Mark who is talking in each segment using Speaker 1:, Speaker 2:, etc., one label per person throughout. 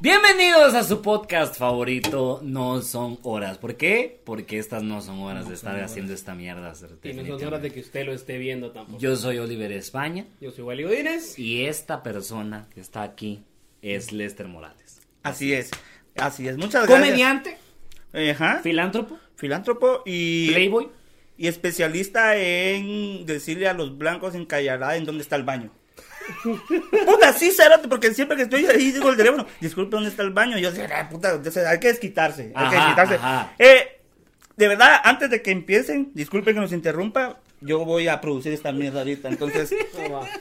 Speaker 1: Bienvenidos a su podcast favorito, No Son Horas. ¿Por qué? Porque estas no son horas de estar haciendo esta mierda.
Speaker 2: Y no son horas de que usted lo esté viendo tampoco. Yo,
Speaker 1: Yo soy Oliver España
Speaker 2: soy Wally Godínez.
Speaker 1: y esta persona que está aquí es Lester Morales.
Speaker 3: Así es, así es. Muchas gracias.
Speaker 1: Comediante,
Speaker 3: Ajá.
Speaker 1: filántropo,
Speaker 3: Filántropo y,
Speaker 1: playboy.
Speaker 3: y especialista en decirle a los blancos en Callará en dónde está el baño. puta, sí, Cerote, porque siempre que estoy ahí digo el teléfono, disculpe, ¿dónde está el baño? Y yo, "Ah, puta, entonces hay que desquitarse, hay
Speaker 1: Ajá,
Speaker 3: que desquitarse.
Speaker 1: ajá.
Speaker 3: Eh, de verdad, antes de que empiecen, disculpen que nos interrumpa, yo voy a producir esta mierda ahorita, entonces...
Speaker 2: No, va. Ah,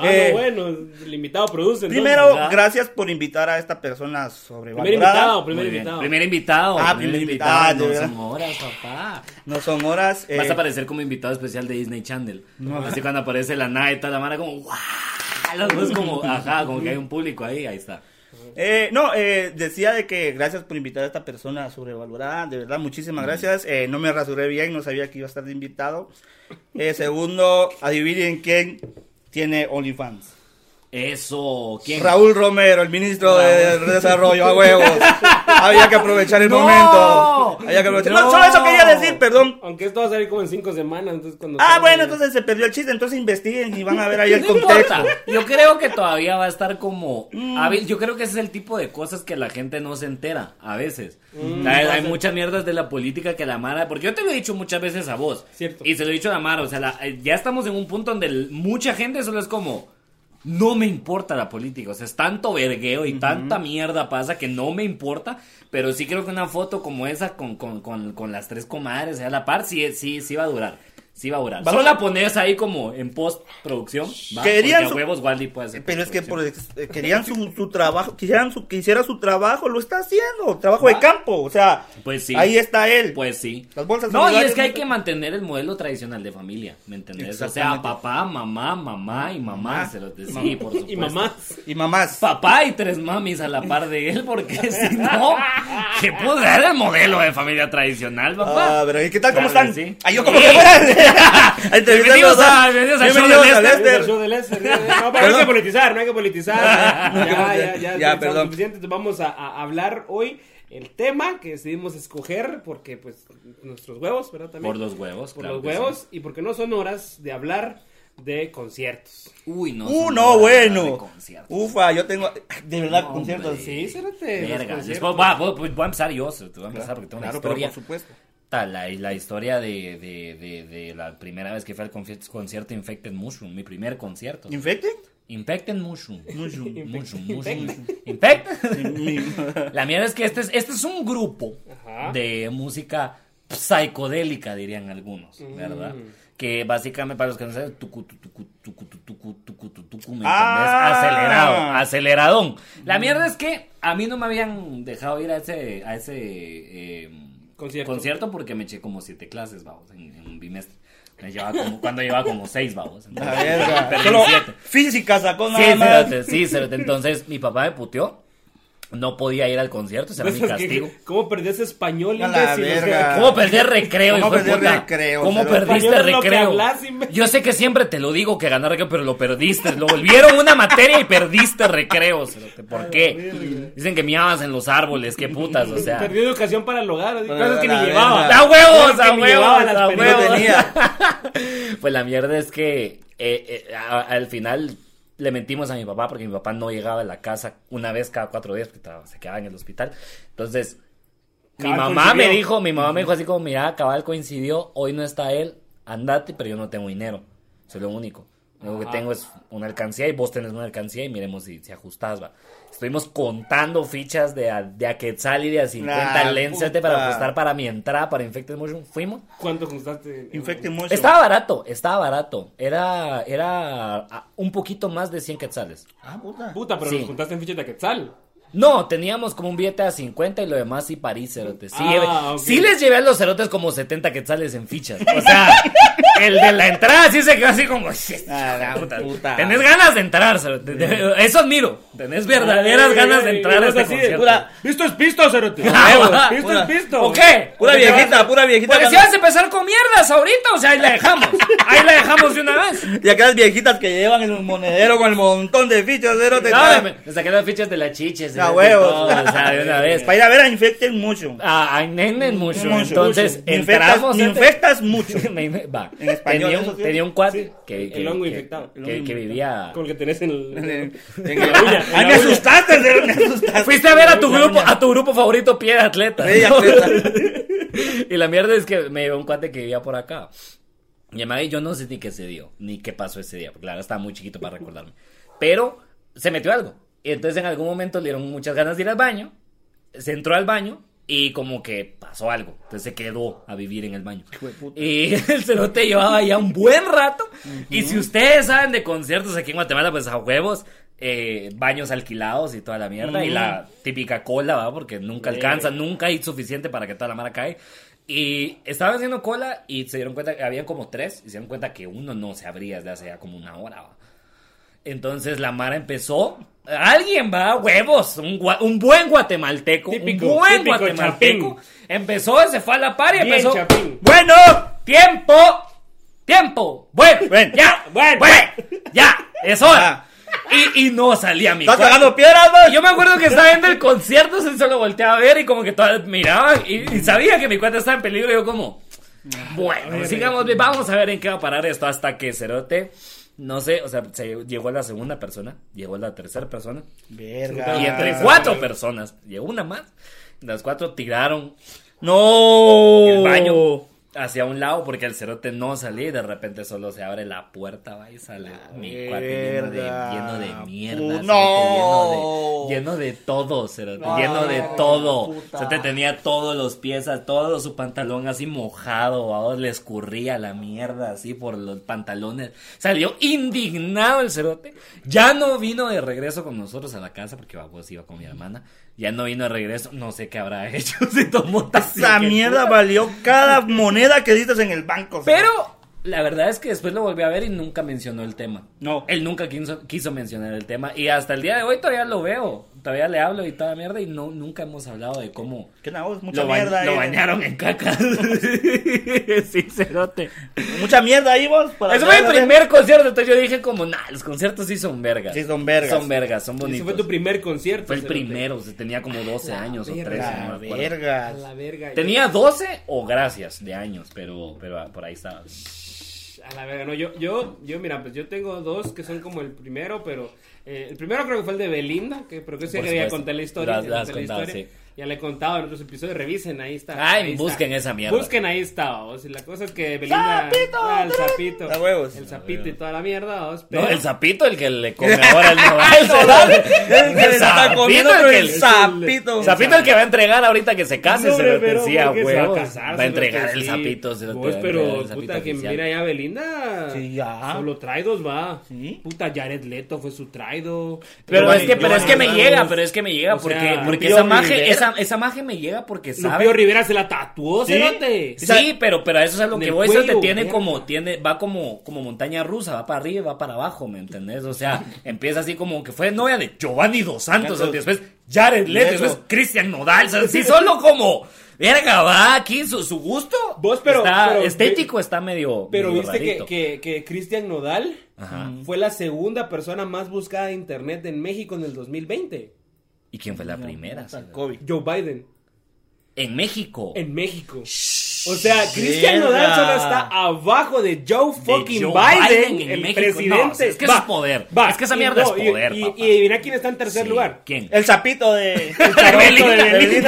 Speaker 2: No,
Speaker 3: Eh,
Speaker 2: no, bueno, el invitado produce. entonces.
Speaker 3: Primero,
Speaker 1: ¿verdad?
Speaker 3: gracias por invitar a esta persona sobrevalorada.
Speaker 2: primer invitado, primer
Speaker 1: Muy bien.
Speaker 2: invitado.
Speaker 1: Primer invitado. primer
Speaker 3: Ah, primer
Speaker 1: invitado.
Speaker 3: invitado,
Speaker 1: No
Speaker 3: ¿verdad?
Speaker 1: son horas, papá.
Speaker 3: No son horas. eh,
Speaker 1: Vas a aparecer como invitado especial de Disney Channel. Así cuando aparece la nada y toda la mara como ¡guau! Los dos como, ajá, como que hay un público ahí, ahí está.
Speaker 3: Eh, no, eh, decía de que gracias por invitar a esta persona sobrevalorada, de verdad, muchísimas gracias. Eh, no me rasuré bien, no sabía que iba a estar de invitado. Eh, segundo, adivinen quién tiene OnlyFans.
Speaker 1: Eso, ¿quién?
Speaker 3: Raúl Romero, el ministro de Desarrollo, a huevos. Había que aprovechar el
Speaker 1: ¡No!
Speaker 3: momento. Había que aprovechar. No,
Speaker 1: ¡No!
Speaker 3: solo eso quería decir, perdón.
Speaker 2: Aunque esto va a salir como en cinco semanas. Entonces cuando
Speaker 3: Ah,
Speaker 2: salga-
Speaker 3: bueno, entonces se perdió el chiste, entonces investiguen y van a ver ahí el
Speaker 1: No importa.
Speaker 3: contexto.
Speaker 1: Yo creo que todavía va a estar como
Speaker 3: Mm.
Speaker 1: hábil. Yo creo que ese es el tipo de cosas que la gente no se entera a veces.
Speaker 3: Mm.
Speaker 1: hay, hay muchas mierdas de la política que la Mara. Porque yo te lo he dicho muchas veces a vos.
Speaker 2: Cierto.
Speaker 1: Y se lo he dicho a la Mara. O sea, la- eh, ya estamos en un punto donde el- mucha gente solo es como. No me importa la política, o sea, es tanto vergueo y tanta mierda pasa que no me importa, pero sí creo que una foto como esa con, con, con, con las tres comadres a la par, sí, sí, sí va a durar, sí va a durar.
Speaker 3: Vamos
Speaker 1: Solo
Speaker 3: a-
Speaker 1: la pones ahí como en postproducción, ¿va?
Speaker 3: Querían
Speaker 1: Porque a
Speaker 3: su-
Speaker 1: huevos Waldi puede hacer.
Speaker 3: Pero es que por,
Speaker 1: producción.
Speaker 3: eh, querían su, su trabajo, quisieran su, quisiera su trabajo, lo está haciendo, trabajo de campo, o sea,
Speaker 1: Ah. Pues sí.
Speaker 3: ahí está él.
Speaker 1: Pues sí.
Speaker 3: Las bolsas
Speaker 1: no, y
Speaker 3: saludables-
Speaker 1: es que hay que mantener el modelo tradicional de familia, ¿me entendés? O sea,
Speaker 3: Exactamente.
Speaker 1: papá, mamá, mamá y mamá,
Speaker 3: Mamá.
Speaker 1: se los decía, por supuesto.
Speaker 3: pues,
Speaker 2: Y mamá.
Speaker 3: Y mamás,
Speaker 1: Papá y tres mamis a la par de él, porque si no, que pudo era el modelo de familia tradicional, papá.
Speaker 3: ah, pero ¿y qué tal, cómo
Speaker 1: Claro
Speaker 3: están?
Speaker 1: que sí.
Speaker 3: Ay, yo como que fuera. Ah, Entrevistando
Speaker 1: Bienvenidos a-
Speaker 3: dos.
Speaker 1: bienvenidos al show del este.
Speaker 3: al
Speaker 2: Bienvenido al
Speaker 3: Lester.
Speaker 2: show de Lester. No, pero no hay que politizar, no hay que politizar. Ya, ya, ya.
Speaker 3: Ya,
Speaker 2: estamos
Speaker 3: perdón.
Speaker 2: suficientes. Vamos a, a hablar hoy el tema que decidimos escoger porque, pues, nuestros huevos, ¿verdad? También.
Speaker 1: Por los huevos,
Speaker 2: Por
Speaker 1: claro
Speaker 2: los
Speaker 1: que sí.
Speaker 2: huevos y porque no son horas de hablar de conciertos.
Speaker 1: Uy, no.
Speaker 3: Uh,
Speaker 1: son
Speaker 3: no,
Speaker 1: horas de
Speaker 3: bueno.
Speaker 1: conciertos.
Speaker 3: Ufa, yo tengo. De verdad,
Speaker 1: No,
Speaker 3: conciertos.
Speaker 1: hombre.
Speaker 2: Sí, espérate, los
Speaker 1: Verga,
Speaker 2: conciertos.
Speaker 1: después va, voy, voy- voy a empezar yo, te voy a empezar porque tengo una
Speaker 3: Claro, pero
Speaker 1: historia.
Speaker 3: por supuesto.
Speaker 1: Ta, la, la historia de, de, de, de la primera vez que fui al confi- concierto Infected Mushroom, mi primer concierto.
Speaker 3: ¿Infecten?
Speaker 1: Infected Mushroom. Mushroom, Mushroom, Mushroom.
Speaker 3: Mi-
Speaker 1: Infected. La mierda es que este es, este es un grupo
Speaker 2: Ajá.
Speaker 1: de música psicodélica, dirían algunos,
Speaker 2: Mm.
Speaker 1: ¿verdad? Que básicamente, para los que no saben, tucu, tucu, tucu, tucu, tucu, tucu, tucu, tucu, ¿me entendés?
Speaker 3: Ah.
Speaker 1: Acelerado, aceleradón. La mierda es que a mí no me habían dejado ir a ese, a ese eh,
Speaker 2: Concierto.
Speaker 1: porque me eché como siete clases, vamos, en, en un bimestre. Me llevaba como, cuando llevaba como seis, vamos.
Speaker 3: La
Speaker 1: Entonces,
Speaker 3: verga.
Speaker 1: perdí
Speaker 3: Solo
Speaker 1: siete.
Speaker 3: física sacó
Speaker 1: Sí,
Speaker 3: nada más.
Speaker 1: cerote, sí, cerote. Entonces mi papá me puteó. No podía ir al concierto, ese era mi
Speaker 2: Pues es que-
Speaker 1: castigo.
Speaker 2: ¿Cómo perdés español,
Speaker 3: A la
Speaker 2: imbécil? O sea,
Speaker 3: verga.
Speaker 1: ¿Cómo perder recreo?
Speaker 3: ¿Cómo
Speaker 1: hijo de
Speaker 3: perder
Speaker 1: puta?
Speaker 3: recreo,
Speaker 1: ¿Cómo
Speaker 3: cerote?
Speaker 1: perdiste
Speaker 2: Español es lo que
Speaker 1: recreo?
Speaker 2: hablas, imbécil.
Speaker 1: Yo sé que siempre te lo digo que ganar recreo, pero lo perdiste. Lo volvieron una materia y perdiste recreo. cerote. ¿Por qué? Dicen que miabas en los árboles, qué putas, o sea.
Speaker 2: Perdí educación para el hogar, así,
Speaker 3: Para
Speaker 2: cosas que ni
Speaker 3: Pues, la
Speaker 2: llevaba.
Speaker 3: verga.
Speaker 1: ¡A huevos!
Speaker 2: Cosas
Speaker 1: ¡A
Speaker 2: que ni llevaba
Speaker 1: huevos!
Speaker 2: las
Speaker 1: ¡A
Speaker 2: películas.
Speaker 1: huevos!
Speaker 3: tenía.
Speaker 1: Pues la mierda es que eh, eh, a- al final le mentimos a mi papá porque mi papá no llegaba a la casa una vez cada cuatro días porque estaba- se quedaba en el hospital. Entonces, mi
Speaker 2: Cabal
Speaker 1: mamá me
Speaker 2: coincidió.
Speaker 1: dijo, mi mamá me dijo así como, mira, cabal coincidió, hoy no está él, andate, pero yo no tengo dinero, soy lo único. Lo único que tengo es una alcancía y vos tenés una alcancía y miremos si, si ajustás, va. Estuvimos contando fichas de a, de a quetzal y de a 50
Speaker 3: La
Speaker 1: lencete para
Speaker 3: puta.
Speaker 1: ajustar para mi entrada, para Infected Motion. Fuimos.
Speaker 2: ¿Cuánto costaste?
Speaker 3: Infecten mucho.
Speaker 1: Estaba barato, estaba barato. Era, era ah, un poquito más de 100 quetzales.
Speaker 3: Ah, puta.
Speaker 2: Puta, pero
Speaker 1: Sí.
Speaker 2: nos juntaste en fichas de Quetzal.
Speaker 1: No, teníamos como un billete a 50 y lo demás sí París, cerotes. Sí,
Speaker 2: Ah,
Speaker 1: llevé-
Speaker 2: ok.
Speaker 1: sí les llevé a los cerotes como 70 quetzales en fichas. O sea, El de la entrada sí se quedó así como. "Shit,
Speaker 3: Ah, la
Speaker 1: puta".
Speaker 3: puta.
Speaker 1: Tenés ganas de entrar, solo- te- te- eso admiro. Tenés verdaderas
Speaker 2: Ay,
Speaker 1: ganas
Speaker 2: ay,
Speaker 1: de entrar
Speaker 2: y
Speaker 1: a
Speaker 2: vos
Speaker 1: este
Speaker 2: así de
Speaker 1: concierto.
Speaker 2: pura- Esto es pisto, Cerote.
Speaker 1: Ah,
Speaker 2: Esto es
Speaker 3: pura-
Speaker 2: pisto.
Speaker 1: ¿O qué?
Speaker 3: Pura
Speaker 2: Porque
Speaker 3: viejita, pura viejita.
Speaker 1: Porque si
Speaker 3: cuando-
Speaker 1: vas a empezar con mierdas ahorita, o sea, ahí la dejamos. Ahí la dejamos de una vez.
Speaker 3: Y aquellas viejitas que llevan el monedero con el montón de fichas, cero te
Speaker 1: No, me, me saqué las fichas de las chiches.
Speaker 3: A
Speaker 1: de
Speaker 3: huevos.
Speaker 1: todo, o sea, de una vez.
Speaker 3: Para ir a ver a Infecten mucho.
Speaker 1: A, a Nenen mucho.
Speaker 3: Mucho.
Speaker 1: Ah, Entonces,
Speaker 3: Me infectas-
Speaker 1: entramos.
Speaker 3: me
Speaker 1: este-
Speaker 3: infectas mucho.
Speaker 1: Me infe- va.
Speaker 3: En español,
Speaker 1: tenía,
Speaker 3: eso
Speaker 1: un,
Speaker 3: sí.
Speaker 1: tenía un cuate
Speaker 2: Sí,
Speaker 1: que,
Speaker 2: el
Speaker 1: que,
Speaker 2: hongo
Speaker 1: que-
Speaker 2: infectado, el
Speaker 1: que-
Speaker 2: hongo
Speaker 1: que vivía.
Speaker 2: Con el que tenés en el...
Speaker 3: En
Speaker 2: la uña, en
Speaker 3: Ay,
Speaker 2: la
Speaker 3: me
Speaker 2: uña.
Speaker 3: asustaste, cero, me asustaste.
Speaker 1: Fuiste a ver a tu
Speaker 3: La
Speaker 1: grupo,
Speaker 3: uña.
Speaker 1: a tu grupo favorito, pie de atleta.
Speaker 3: Pie de
Speaker 1: ¿no?
Speaker 3: atleta.
Speaker 1: y la mierda es que me llegó un cuate que vivía por acá. Y el mae, yo no sé ni qué se dio, ni qué pasó ese día, porque la verdad estaba muy chiquito para recordarme. Pero se metió algo. Y entonces en algún momento le dieron muchas ganas de ir al baño. Se entró al baño y como que pasó algo. Entonces se quedó a vivir en el baño.
Speaker 3: Hijo de puta.
Speaker 1: Y el cerote llevaba ya un buen rato. Y si ustedes saben de conciertos aquí en Guatemala, pues a huevos, eh, baños alquilados y toda la mierda. Y la típica cola, ¿va? Porque nunca alcanza, nunca hay suficiente para que toda la mara cae. Y estaban haciendo cola y se dieron cuenta que habían como tres. Y se dieron cuenta que uno no se abría desde hace ya como una hora, ¿va? Entonces la Mara empezó. Alguien va, huevos, un, gua- un buen guatemalteco,
Speaker 2: Típico,
Speaker 1: un buen
Speaker 2: típico
Speaker 1: guatemalteco.
Speaker 2: chapín.
Speaker 1: Empezó, se fue a la par y
Speaker 2: Bien
Speaker 1: empezó.
Speaker 2: chapín.
Speaker 1: Bueno, tiempo, tiempo, bueno,
Speaker 3: Bueno.
Speaker 1: ya, bueno,
Speaker 2: Bueno. Ah.
Speaker 1: ya, es hora. Y, y no salía mi
Speaker 3: ¿Estás
Speaker 1: cuate.
Speaker 3: cagando piedras, man?
Speaker 1: Y Yo me acuerdo que estaba viendo el concierto, se solo volteaba a ver y como que todas miraban y, y sabía que mi cuate estaba en peligro. Y yo como, bueno, sigamos, vamos a ver en qué va a parar esto hasta que Cerote, no sé, o sea, se llegó a la segunda persona, llegó a la tercera persona
Speaker 3: Verga.
Speaker 1: y entre cuatro personas, llegó una más, las cuatro tiraron
Speaker 3: No.
Speaker 1: el
Speaker 3: Oh.
Speaker 1: baño hacia un lado porque el cerote no salía y de repente solo se abre la puerta va y sale mi cuate lleno de,
Speaker 3: verga.
Speaker 1: lleno de mierda
Speaker 3: Pu-
Speaker 1: cerote, lleno,
Speaker 3: no.
Speaker 1: de, lleno de todo cerote,
Speaker 3: No,
Speaker 1: lleno de
Speaker 3: verga,
Speaker 1: todo
Speaker 3: puta.
Speaker 1: cerote tenía todos los pies a- todo su pantalón así mojado ¿va? le escurría la mierda así por los pantalones salió indignado el cerote ya no vino de regreso con nosotros a la casa porque vamos iba con mi hermana ya no vino de regreso no sé qué habrá hecho se tomó
Speaker 3: Esa
Speaker 1: que-
Speaker 3: mierda valió cada moneda que diste en el banco. cero.
Speaker 1: pero la verdad es que después lo volví a ver y nunca mencionó el tema.
Speaker 3: No.
Speaker 1: Él nunca quiso, quiso mencionar el tema. Y hasta el día de hoy todavía lo veo. Todavía le hablo y toda mierda. Y no, nunca hemos hablado de cómo
Speaker 3: Que nada, vos, mucha
Speaker 1: lo, ba-
Speaker 3: mierda. eh.
Speaker 1: lo
Speaker 3: ahí.
Speaker 1: bañaron en caca. sí, cerote.
Speaker 3: Mucha mierda ahí vos. para
Speaker 1: Eso fue mi
Speaker 3: hablar de-
Speaker 1: primer concierto. Entonces yo dije como, nah, los conciertos sí son vergas.
Speaker 3: Sí son vergas.
Speaker 1: Son vergas, son bonitos.
Speaker 2: Ese fue tu primer concierto.
Speaker 1: Fue el
Speaker 2: Cerote.
Speaker 1: primero. o sea, tenía como 12
Speaker 2: La
Speaker 1: años o
Speaker 2: verga.
Speaker 1: 13. no
Speaker 3: Ah,
Speaker 1: me acuerdo.
Speaker 2: A
Speaker 3: vergas.
Speaker 2: la verga.
Speaker 1: Tenía 12 o gracias de años. Pero, pero ah, por ahí estaba.
Speaker 2: A la verga, no, yo, yo, yo, mira, pues yo tengo dos que son como el primero, pero eh, el primero creo que fue el de Belinda, que pero que sé
Speaker 1: Por
Speaker 2: que ya
Speaker 1: supuesto.
Speaker 2: conté la
Speaker 1: Lo
Speaker 2: historia.
Speaker 1: has-
Speaker 2: ya
Speaker 1: lo Pues, has
Speaker 2: conté la
Speaker 1: contado,
Speaker 2: historia.
Speaker 1: sí.
Speaker 2: Ya le he contado en otros episodios, revisen, ahí está.
Speaker 1: Ay,
Speaker 2: ahí está.
Speaker 1: busquen esa mierda.
Speaker 2: Busquen, ahí está, vamos. Y la cosa es que Belinda.
Speaker 3: ¡Sapito!
Speaker 2: Ah, el sapito.
Speaker 3: A huevos.
Speaker 2: El sapito y toda la mierda, vamos.
Speaker 1: No,
Speaker 2: pero- Ah,
Speaker 1: el sapito el que le come ahora el nodal.
Speaker 3: El que le está comiendo
Speaker 1: el
Speaker 3: pero
Speaker 1: que
Speaker 3: el
Speaker 1: le-
Speaker 3: sapito.
Speaker 1: el sapito el que va a entregar ahorita que se case,
Speaker 2: Ah, No,
Speaker 1: se
Speaker 2: hombre,
Speaker 1: lo
Speaker 2: pero
Speaker 1: decía,
Speaker 2: porque se va a
Speaker 1: huevo.
Speaker 2: casar,
Speaker 1: Va
Speaker 2: se
Speaker 1: a
Speaker 2: lo
Speaker 1: entregar
Speaker 2: que
Speaker 1: el
Speaker 2: sí.
Speaker 1: sapito, se lo
Speaker 2: Pues,
Speaker 1: te va a entregar
Speaker 2: pero
Speaker 1: el sapito
Speaker 2: puta que
Speaker 1: oficial.
Speaker 2: mira ya Belinda.
Speaker 3: Sí, ya.
Speaker 2: Solo trae dos va.
Speaker 3: Sí.
Speaker 2: Puta Jared Leto fue su traido.
Speaker 1: Pero es que,
Speaker 2: Giovanni
Speaker 1: pero es que me
Speaker 2: Jones.
Speaker 1: llega, pero es que me llega
Speaker 2: O
Speaker 1: porque,
Speaker 2: sea,
Speaker 1: porque
Speaker 3: Lupillo
Speaker 1: esa magia,
Speaker 3: Rivera.
Speaker 1: esa, esa magia me llega porque sabe.
Speaker 2: Lupillo Rivera se la tatuó,
Speaker 3: Sí.
Speaker 2: cerote.
Speaker 1: Sí,
Speaker 3: O sea,
Speaker 1: pero, pero a eso es a lo
Speaker 2: en
Speaker 1: que
Speaker 2: el
Speaker 1: voy. Eso te
Speaker 2: cuello,
Speaker 1: tiene
Speaker 2: verga.
Speaker 1: como, tiene, va como, como montaña rusa, va para arriba y va para abajo, ¿me entendés? O sea, empieza así como que fue novia de Giovanni Dos Santos,
Speaker 3: Santos.
Speaker 1: o después Jared Leto,
Speaker 3: Leto.
Speaker 1: después Cristian Nodal, o sea, sí, solo como, verga, va aquí, su, su gusto.
Speaker 2: Vos, pero-
Speaker 1: está
Speaker 2: pero-
Speaker 1: estético, está medio.
Speaker 2: Pero
Speaker 1: medio
Speaker 2: viste que,
Speaker 1: rarito.
Speaker 2: que, que Cristian Nodal Mm.
Speaker 1: Ajá.
Speaker 2: fue la segunda persona más buscada de internet en México en el 2020.
Speaker 1: ¿Y quién fue la primera?
Speaker 3: Puta, COVID.
Speaker 2: Joe Biden.
Speaker 1: En México.
Speaker 2: En México. O sea, Cristian
Speaker 3: Verga.
Speaker 2: Nodal solo está abajo de Joe fucking
Speaker 1: Joe
Speaker 2: Biden,
Speaker 1: Biden en
Speaker 2: el
Speaker 1: México.
Speaker 2: presidente.
Speaker 1: No, o sea, es que eso es poder. Es que esa
Speaker 2: Y
Speaker 1: mierda es
Speaker 2: y-
Speaker 1: poder,
Speaker 2: Y,
Speaker 1: papá.
Speaker 2: y adivina quién está en tercer
Speaker 1: Sí.
Speaker 2: lugar.
Speaker 1: ¿Quién?
Speaker 3: El sapito de. El
Speaker 1: Belinda,
Speaker 3: sapito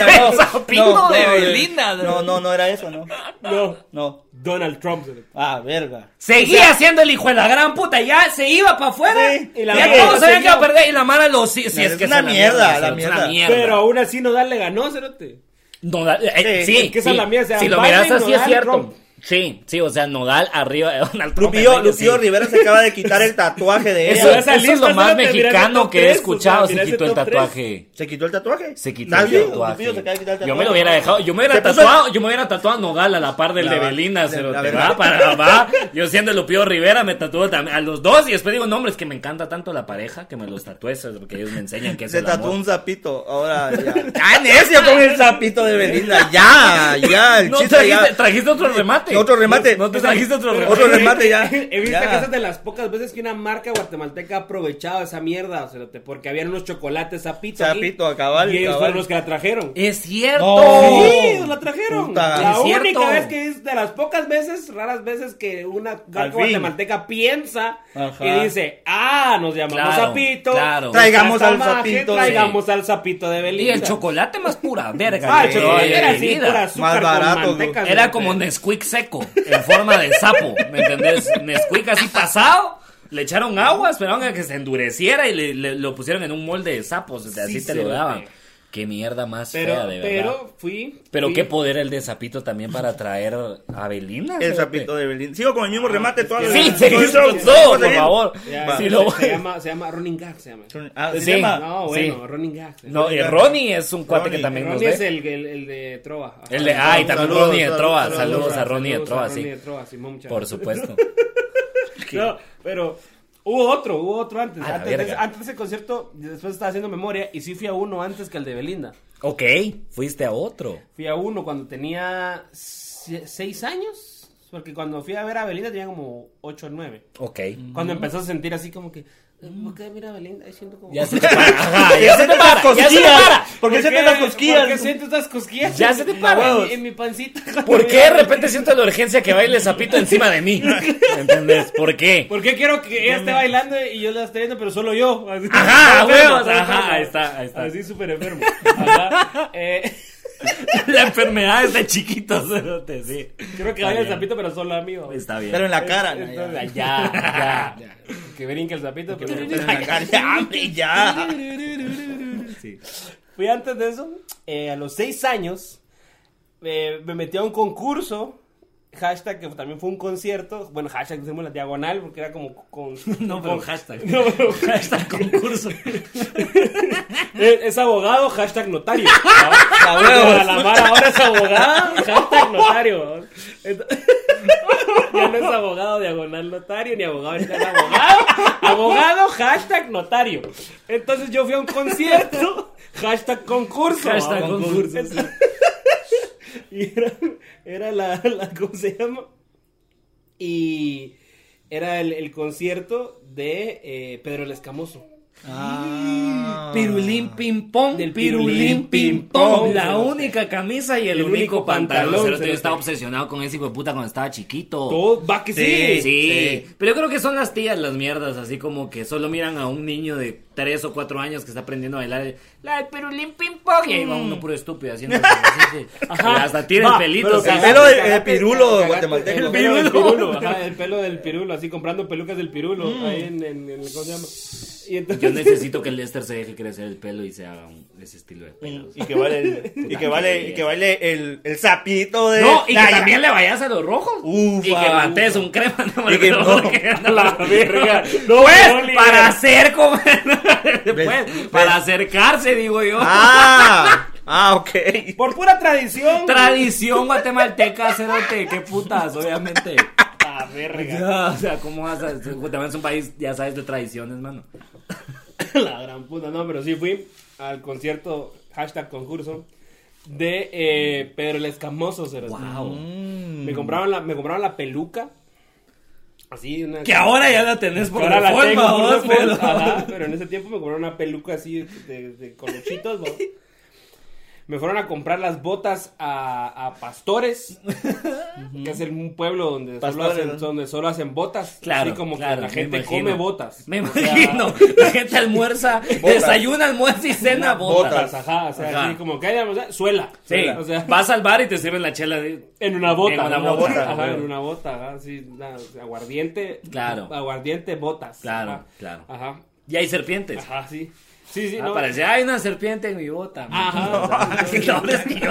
Speaker 1: Belinda, el sapito de Belinda.
Speaker 3: No, no, no era eso, no.
Speaker 2: No,
Speaker 3: No.
Speaker 2: Donald Trump.
Speaker 3: Ah, verga.
Speaker 1: Seguía siendo el hijo de la gran puta, ya se iba para afuera.
Speaker 3: Sí,
Speaker 1: y
Speaker 2: y
Speaker 1: la
Speaker 2: la
Speaker 1: ya
Speaker 2: mierda
Speaker 1: todos sabían que
Speaker 2: siguió.
Speaker 1: iba a perder y la mala lo si, si
Speaker 3: No,
Speaker 1: es
Speaker 3: es
Speaker 1: que
Speaker 3: una
Speaker 1: es una
Speaker 3: mierda, la
Speaker 1: es una
Speaker 3: mierda.
Speaker 2: Pero aún así Nodal le ganó, Cerote.
Speaker 1: Nodal, eh,
Speaker 3: Sí,
Speaker 1: sí,
Speaker 2: es que esa es
Speaker 1: eh, sí.
Speaker 2: la mierda, o sea,
Speaker 1: si lo
Speaker 2: Biden,
Speaker 1: miras así es
Speaker 2: Nodal,
Speaker 1: cierto.
Speaker 2: Trump.
Speaker 1: Sí, sí, o sea, Nodal arriba de Donald Trump. en
Speaker 3: Lupillo,
Speaker 1: medio, sí.
Speaker 3: Lupillo Rivera se acaba de quitar el tatuaje de
Speaker 1: Eso,
Speaker 3: ella.
Speaker 2: esa
Speaker 1: eso es
Speaker 2: lista,
Speaker 1: lo más
Speaker 2: espérate, mira,
Speaker 1: mexicano
Speaker 2: top
Speaker 1: que he
Speaker 2: tres,
Speaker 1: escuchado.
Speaker 2: o sea,
Speaker 1: Se
Speaker 2: mira,
Speaker 1: quitó
Speaker 2: ese
Speaker 1: el
Speaker 2: top
Speaker 1: tatuaje.
Speaker 3: ¿Se quitó el tatuaje?
Speaker 1: Se quitó
Speaker 3: ¿Estás
Speaker 1: el
Speaker 3: bien?
Speaker 1: tatuaje.
Speaker 3: Lupillo se acaba de quitar el tatuaje.
Speaker 1: Yo me lo hubiera dejado, yo me hubiera
Speaker 3: Se puso
Speaker 1: tatuado, yo me hubiera tatuado a Nodal a la par del
Speaker 3: La
Speaker 1: de
Speaker 3: va-
Speaker 1: Belinda,
Speaker 3: la-
Speaker 1: se
Speaker 3: la verdad.
Speaker 1: va para va. Yo siendo Lupillo Rivera me tatuó también a los dos y después digo, no, hombre, es que me encanta tanto la pareja que me los tatué, eso es porque ellos me enseñan que es
Speaker 3: Se
Speaker 1: el
Speaker 3: tatuó
Speaker 1: amor.
Speaker 3: un zapito, ahora ya. ¡Ya, necio con el zapito de Belinda! ¡Ya! ¡Ya! El
Speaker 1: No
Speaker 3: chiste
Speaker 1: trajiste,
Speaker 3: ya.
Speaker 1: trajiste otro remate.
Speaker 3: Otro remate.
Speaker 1: No, no te trajiste otro
Speaker 2: Pero-
Speaker 1: remate.
Speaker 3: Otro
Speaker 2: pero he-
Speaker 3: remate ya.
Speaker 2: He visto
Speaker 3: Ya.
Speaker 2: que esa es de las pocas veces que una marca guatemalteca ha aprovechado esa mierda, o sea, porque habían unos chocolates zapito. aquí,
Speaker 3: Zapito, a cabal,
Speaker 2: Y ellos
Speaker 3: cabal.
Speaker 2: fueron los que la trajeron.
Speaker 1: Es cierto.
Speaker 3: No.
Speaker 2: Sí, ellos la trajeron.
Speaker 3: Puta.
Speaker 2: La
Speaker 1: Es
Speaker 2: única
Speaker 1: cierto.
Speaker 2: vez que es de las pocas veces, raras veces que una
Speaker 3: Al fin.
Speaker 2: marca guatemalteca piensa
Speaker 3: Ajá.
Speaker 2: y dice, ah, nos llamamos
Speaker 1: Claro,
Speaker 2: Zapito.
Speaker 1: claro.
Speaker 3: Traigamos
Speaker 2: Esta
Speaker 3: al
Speaker 2: magia,
Speaker 3: Zapito,
Speaker 2: Traigamos al Zapito de
Speaker 1: Y
Speaker 2: Belinda.
Speaker 1: el chocolate más pura verga.
Speaker 2: Ah, el
Speaker 1: que
Speaker 2: chocolate
Speaker 1: hay
Speaker 2: era
Speaker 1: en mi
Speaker 2: así,
Speaker 1: vida.
Speaker 2: pura azúcar
Speaker 3: Más
Speaker 2: con
Speaker 3: barato,
Speaker 2: manteca,
Speaker 1: Era
Speaker 2: ¿no?
Speaker 1: como Nesquik seco, en forma de sapo, ¿me entendés? Nesquik así pasado, le echaron agua, esperaban a que se endureciera y le, le- lo pusieron en un molde de sapos, o sea, así
Speaker 2: Sí,
Speaker 1: te lo
Speaker 2: cerote.
Speaker 1: daban. Qué mierda más fea,
Speaker 2: Pero,
Speaker 1: de verdad. Pero,
Speaker 2: pero fui. fui-
Speaker 1: qué poder el de sapito también para traer a Belina.
Speaker 3: El zapito de Belinda. Sigo con el mismo remate todas las-
Speaker 1: Ah, Sí,
Speaker 3: todo
Speaker 1: seguís
Speaker 3: el-
Speaker 1: con
Speaker 3: todo
Speaker 1: todo,
Speaker 3: el-
Speaker 1: por favor.
Speaker 2: Ya,
Speaker 3: Va.
Speaker 1: Sí,
Speaker 2: se,
Speaker 1: lo-
Speaker 2: se llama, se llama Running Gag, se llama.
Speaker 3: Ah, ¿se
Speaker 1: Sí.
Speaker 3: llama?
Speaker 2: No,
Speaker 1: Sí.
Speaker 2: bueno, Running Gag. se
Speaker 1: No,
Speaker 2: llama.
Speaker 1: y Ronnie es un cuate que
Speaker 3: Ronnie,
Speaker 1: también nos
Speaker 2: Ronnie es
Speaker 1: ve.
Speaker 2: el, el, el de Trova. Ajá.
Speaker 1: El de, ay, también
Speaker 3: Saludos,
Speaker 1: Ronnie de
Speaker 3: saludos,
Speaker 1: Troa.
Speaker 3: saludos,
Speaker 1: Saludos a Ronnie de Troa,
Speaker 2: Ronnie
Speaker 1: sí.
Speaker 2: de Trova, Simón, muchas
Speaker 1: Por
Speaker 2: gracias.
Speaker 1: supuesto.
Speaker 2: No, pero hubo otro, hubo otro antes.
Speaker 1: A la
Speaker 2: Antes de,
Speaker 1: verga.
Speaker 2: antes de ese concierto, después estaba haciendo memoria y sí fui a uno antes que al de Belinda.
Speaker 1: Ok, fuiste a otro.
Speaker 2: Fui a uno cuando tenía se- seis años, porque cuando fui a ver a Belinda tenía como ocho o nueve.
Speaker 1: Ok.
Speaker 2: Cuando empezó a sentir así como que, ¿por qué mira a Belinda? Ahí siento como...
Speaker 1: Ya se te para. Ajá, ya se te para. Ya se te para.
Speaker 3: ¿Por qué sientes las cosquillas?
Speaker 2: ¿Por qué siento estas cosquillas?
Speaker 1: Ya se te
Speaker 2: En-
Speaker 1: para.
Speaker 2: En, en mi pancita.
Speaker 1: ¿Por qué de repente siento la urgencia que baile Zapito encima de mí? ¿Entendés? ¿Por qué?
Speaker 2: ¿Por qué quiero que ella esté bailando y yo la esté viendo, pero solo yo? Así-
Speaker 1: Ajá,
Speaker 2: Enfermo,
Speaker 1: huevos,
Speaker 2: solo
Speaker 1: ajá,
Speaker 2: enfermo.
Speaker 1: ahí está, ahí está.
Speaker 2: Así súper enfermo. Ajá. Eh,
Speaker 1: La enfermedad es de chiquitos, cerote, sí.
Speaker 2: quiero que
Speaker 1: Está
Speaker 2: vaya el
Speaker 1: bien,
Speaker 2: zapito, pero solo a mí. ¿o?
Speaker 1: Está bien.
Speaker 3: Pero en la cara. no, ya.
Speaker 2: Entonces, ya, ya, Que brinque el zapito, pero...
Speaker 3: Pero en la cara. Ya, hombre,
Speaker 1: Ah.
Speaker 3: ya.
Speaker 2: Fui antes de eso, eh, a los seis años, eh, me metí a un concurso, hashtag que también fue un concierto, bueno, hashtag hicimos la diagonal porque era como con...
Speaker 1: No, pero
Speaker 2: con-
Speaker 1: hashtag.
Speaker 2: No, pero-
Speaker 1: Hashtag concurso.
Speaker 2: es, Eh, es abogado, hashtag notario. La, la, Mara ahora es abogada, hashtag notario. Ent- ya no es abogado diagonal notario, ni abogado está abogado. Abogado, hashtag notario. Entonces yo fui a un concierto, hashtag concurso.
Speaker 1: Hashtag
Speaker 2: Ah,
Speaker 1: concurso, sí.
Speaker 2: y era, era la, la, ¿cómo se llama? Y era el, el concierto de eh, Pedro el Escamoso.
Speaker 3: Ah.
Speaker 1: Pirulín pim pong,
Speaker 2: Del
Speaker 1: pirulín
Speaker 2: pirulín,
Speaker 1: pim
Speaker 2: pim,
Speaker 1: pong.
Speaker 2: pong.
Speaker 1: La única camisa y el,
Speaker 2: El
Speaker 1: único
Speaker 2: único
Speaker 1: pantalón.
Speaker 2: pantalón,
Speaker 1: cerote. yo
Speaker 2: cerote.
Speaker 1: estaba obsesionado con ese hijo de puta cuando estaba chiquito.
Speaker 2: Todo, va que
Speaker 1: Sí,
Speaker 2: Oh. sí.
Speaker 1: sí. Pero yo creo que son las tías las mierdas, así como que solo miran a un niño de 3 o 4 años que está aprendiendo a bailar. La del pirulín pim pong. Y ahí va
Speaker 3: Mm.
Speaker 1: uno puro estúpido haciendo. así, así, así.
Speaker 2: Ajá.
Speaker 1: Hasta tira el
Speaker 2: Va,
Speaker 1: pelito.
Speaker 2: pero
Speaker 1: sí.
Speaker 3: Ah, El
Speaker 2: cagaste,
Speaker 3: pelo de-
Speaker 2: cagaste,
Speaker 3: de pirulo
Speaker 2: cagaste,
Speaker 3: guatemalteco.
Speaker 2: El pelo del
Speaker 1: Pirulo.
Speaker 2: pirulo. Ajá, el pelo del pirulo, así comprando pelucas del pirulo.
Speaker 3: Mm.
Speaker 2: Ahí en, en, en- ¿Cómo se llama? Y
Speaker 1: Yo
Speaker 2: entonces.
Speaker 1: necesito que Lester se deje crecer el pelo y se haga un- ese estilo de pelo.
Speaker 3: Y que vale, y que vale, y que vale el, el sapito de.
Speaker 1: No, y que
Speaker 3: Nah, ya.
Speaker 1: también le vayas a los rojos.
Speaker 3: Ufa.
Speaker 1: y que mates un crema. No,
Speaker 3: Y que
Speaker 1: no,
Speaker 3: no.
Speaker 1: porque-
Speaker 2: La verga.
Speaker 1: No, pues,
Speaker 2: Oliver.
Speaker 1: para hacer como.
Speaker 3: ves.
Speaker 1: pues, para acercarse, digo yo.
Speaker 3: Ah, ah, ok.
Speaker 2: Por pura tradición.
Speaker 1: Tradición guatemalteca, cerote, qué putas, obviamente.
Speaker 2: La verga.
Speaker 1: Ya, o sea, ¿cómo vas a.? Guatemala es un país, ya sabes, de tradiciones, mano.
Speaker 2: La gran puta. No, pero sí fui al concierto, hashtag concurso, de eh, Pedro el Escamoso. cerote.
Speaker 1: Wow.
Speaker 2: Mm. Me compraron la, me compraron la peluca. Así, una.
Speaker 1: Que ahora ya la tenés por
Speaker 2: ahora la
Speaker 1: reforma,
Speaker 2: tengo, por
Speaker 1: vos,
Speaker 2: una
Speaker 1: pero-
Speaker 2: foto, ajá, pero en ese tiempo me compraron una peluca así de, de colochitos, ¿no? Me fueron a comprar las botas a, a Pastores, que es el, un pueblo donde solo,
Speaker 3: Pastores,
Speaker 2: hacen,
Speaker 3: ¿no?
Speaker 2: donde solo hacen botas.
Speaker 1: Claro,
Speaker 2: así como
Speaker 1: claro,
Speaker 2: que la
Speaker 1: me
Speaker 2: gente
Speaker 1: imagino.
Speaker 2: come botas.
Speaker 1: Me
Speaker 2: O sea,
Speaker 1: imagino. La gente almuerza, desayuna, almuerza y cena botas.
Speaker 3: Botas.
Speaker 2: botas, ajá, o sea,
Speaker 1: Ajá.
Speaker 2: así como que hay, o sea, suela.
Speaker 1: Sí,
Speaker 2: o sea,
Speaker 1: vas al bar y te sirven la chela. de-
Speaker 2: En una bota.
Speaker 1: En una
Speaker 3: bota.
Speaker 2: Ajá,
Speaker 1: Claro.
Speaker 2: en una bota, ajá, sí, nada, aguardiente.
Speaker 1: Claro.
Speaker 2: Aguardiente, botas.
Speaker 1: Claro,
Speaker 2: ajá.
Speaker 1: claro.
Speaker 2: Ajá,
Speaker 1: Y hay serpientes.
Speaker 2: ajá, sí. Sí, sí,
Speaker 1: Ah,
Speaker 2: no.
Speaker 1: parecía, hay una serpiente en mi bota. man".
Speaker 2: Ajá.
Speaker 1: No, es que yo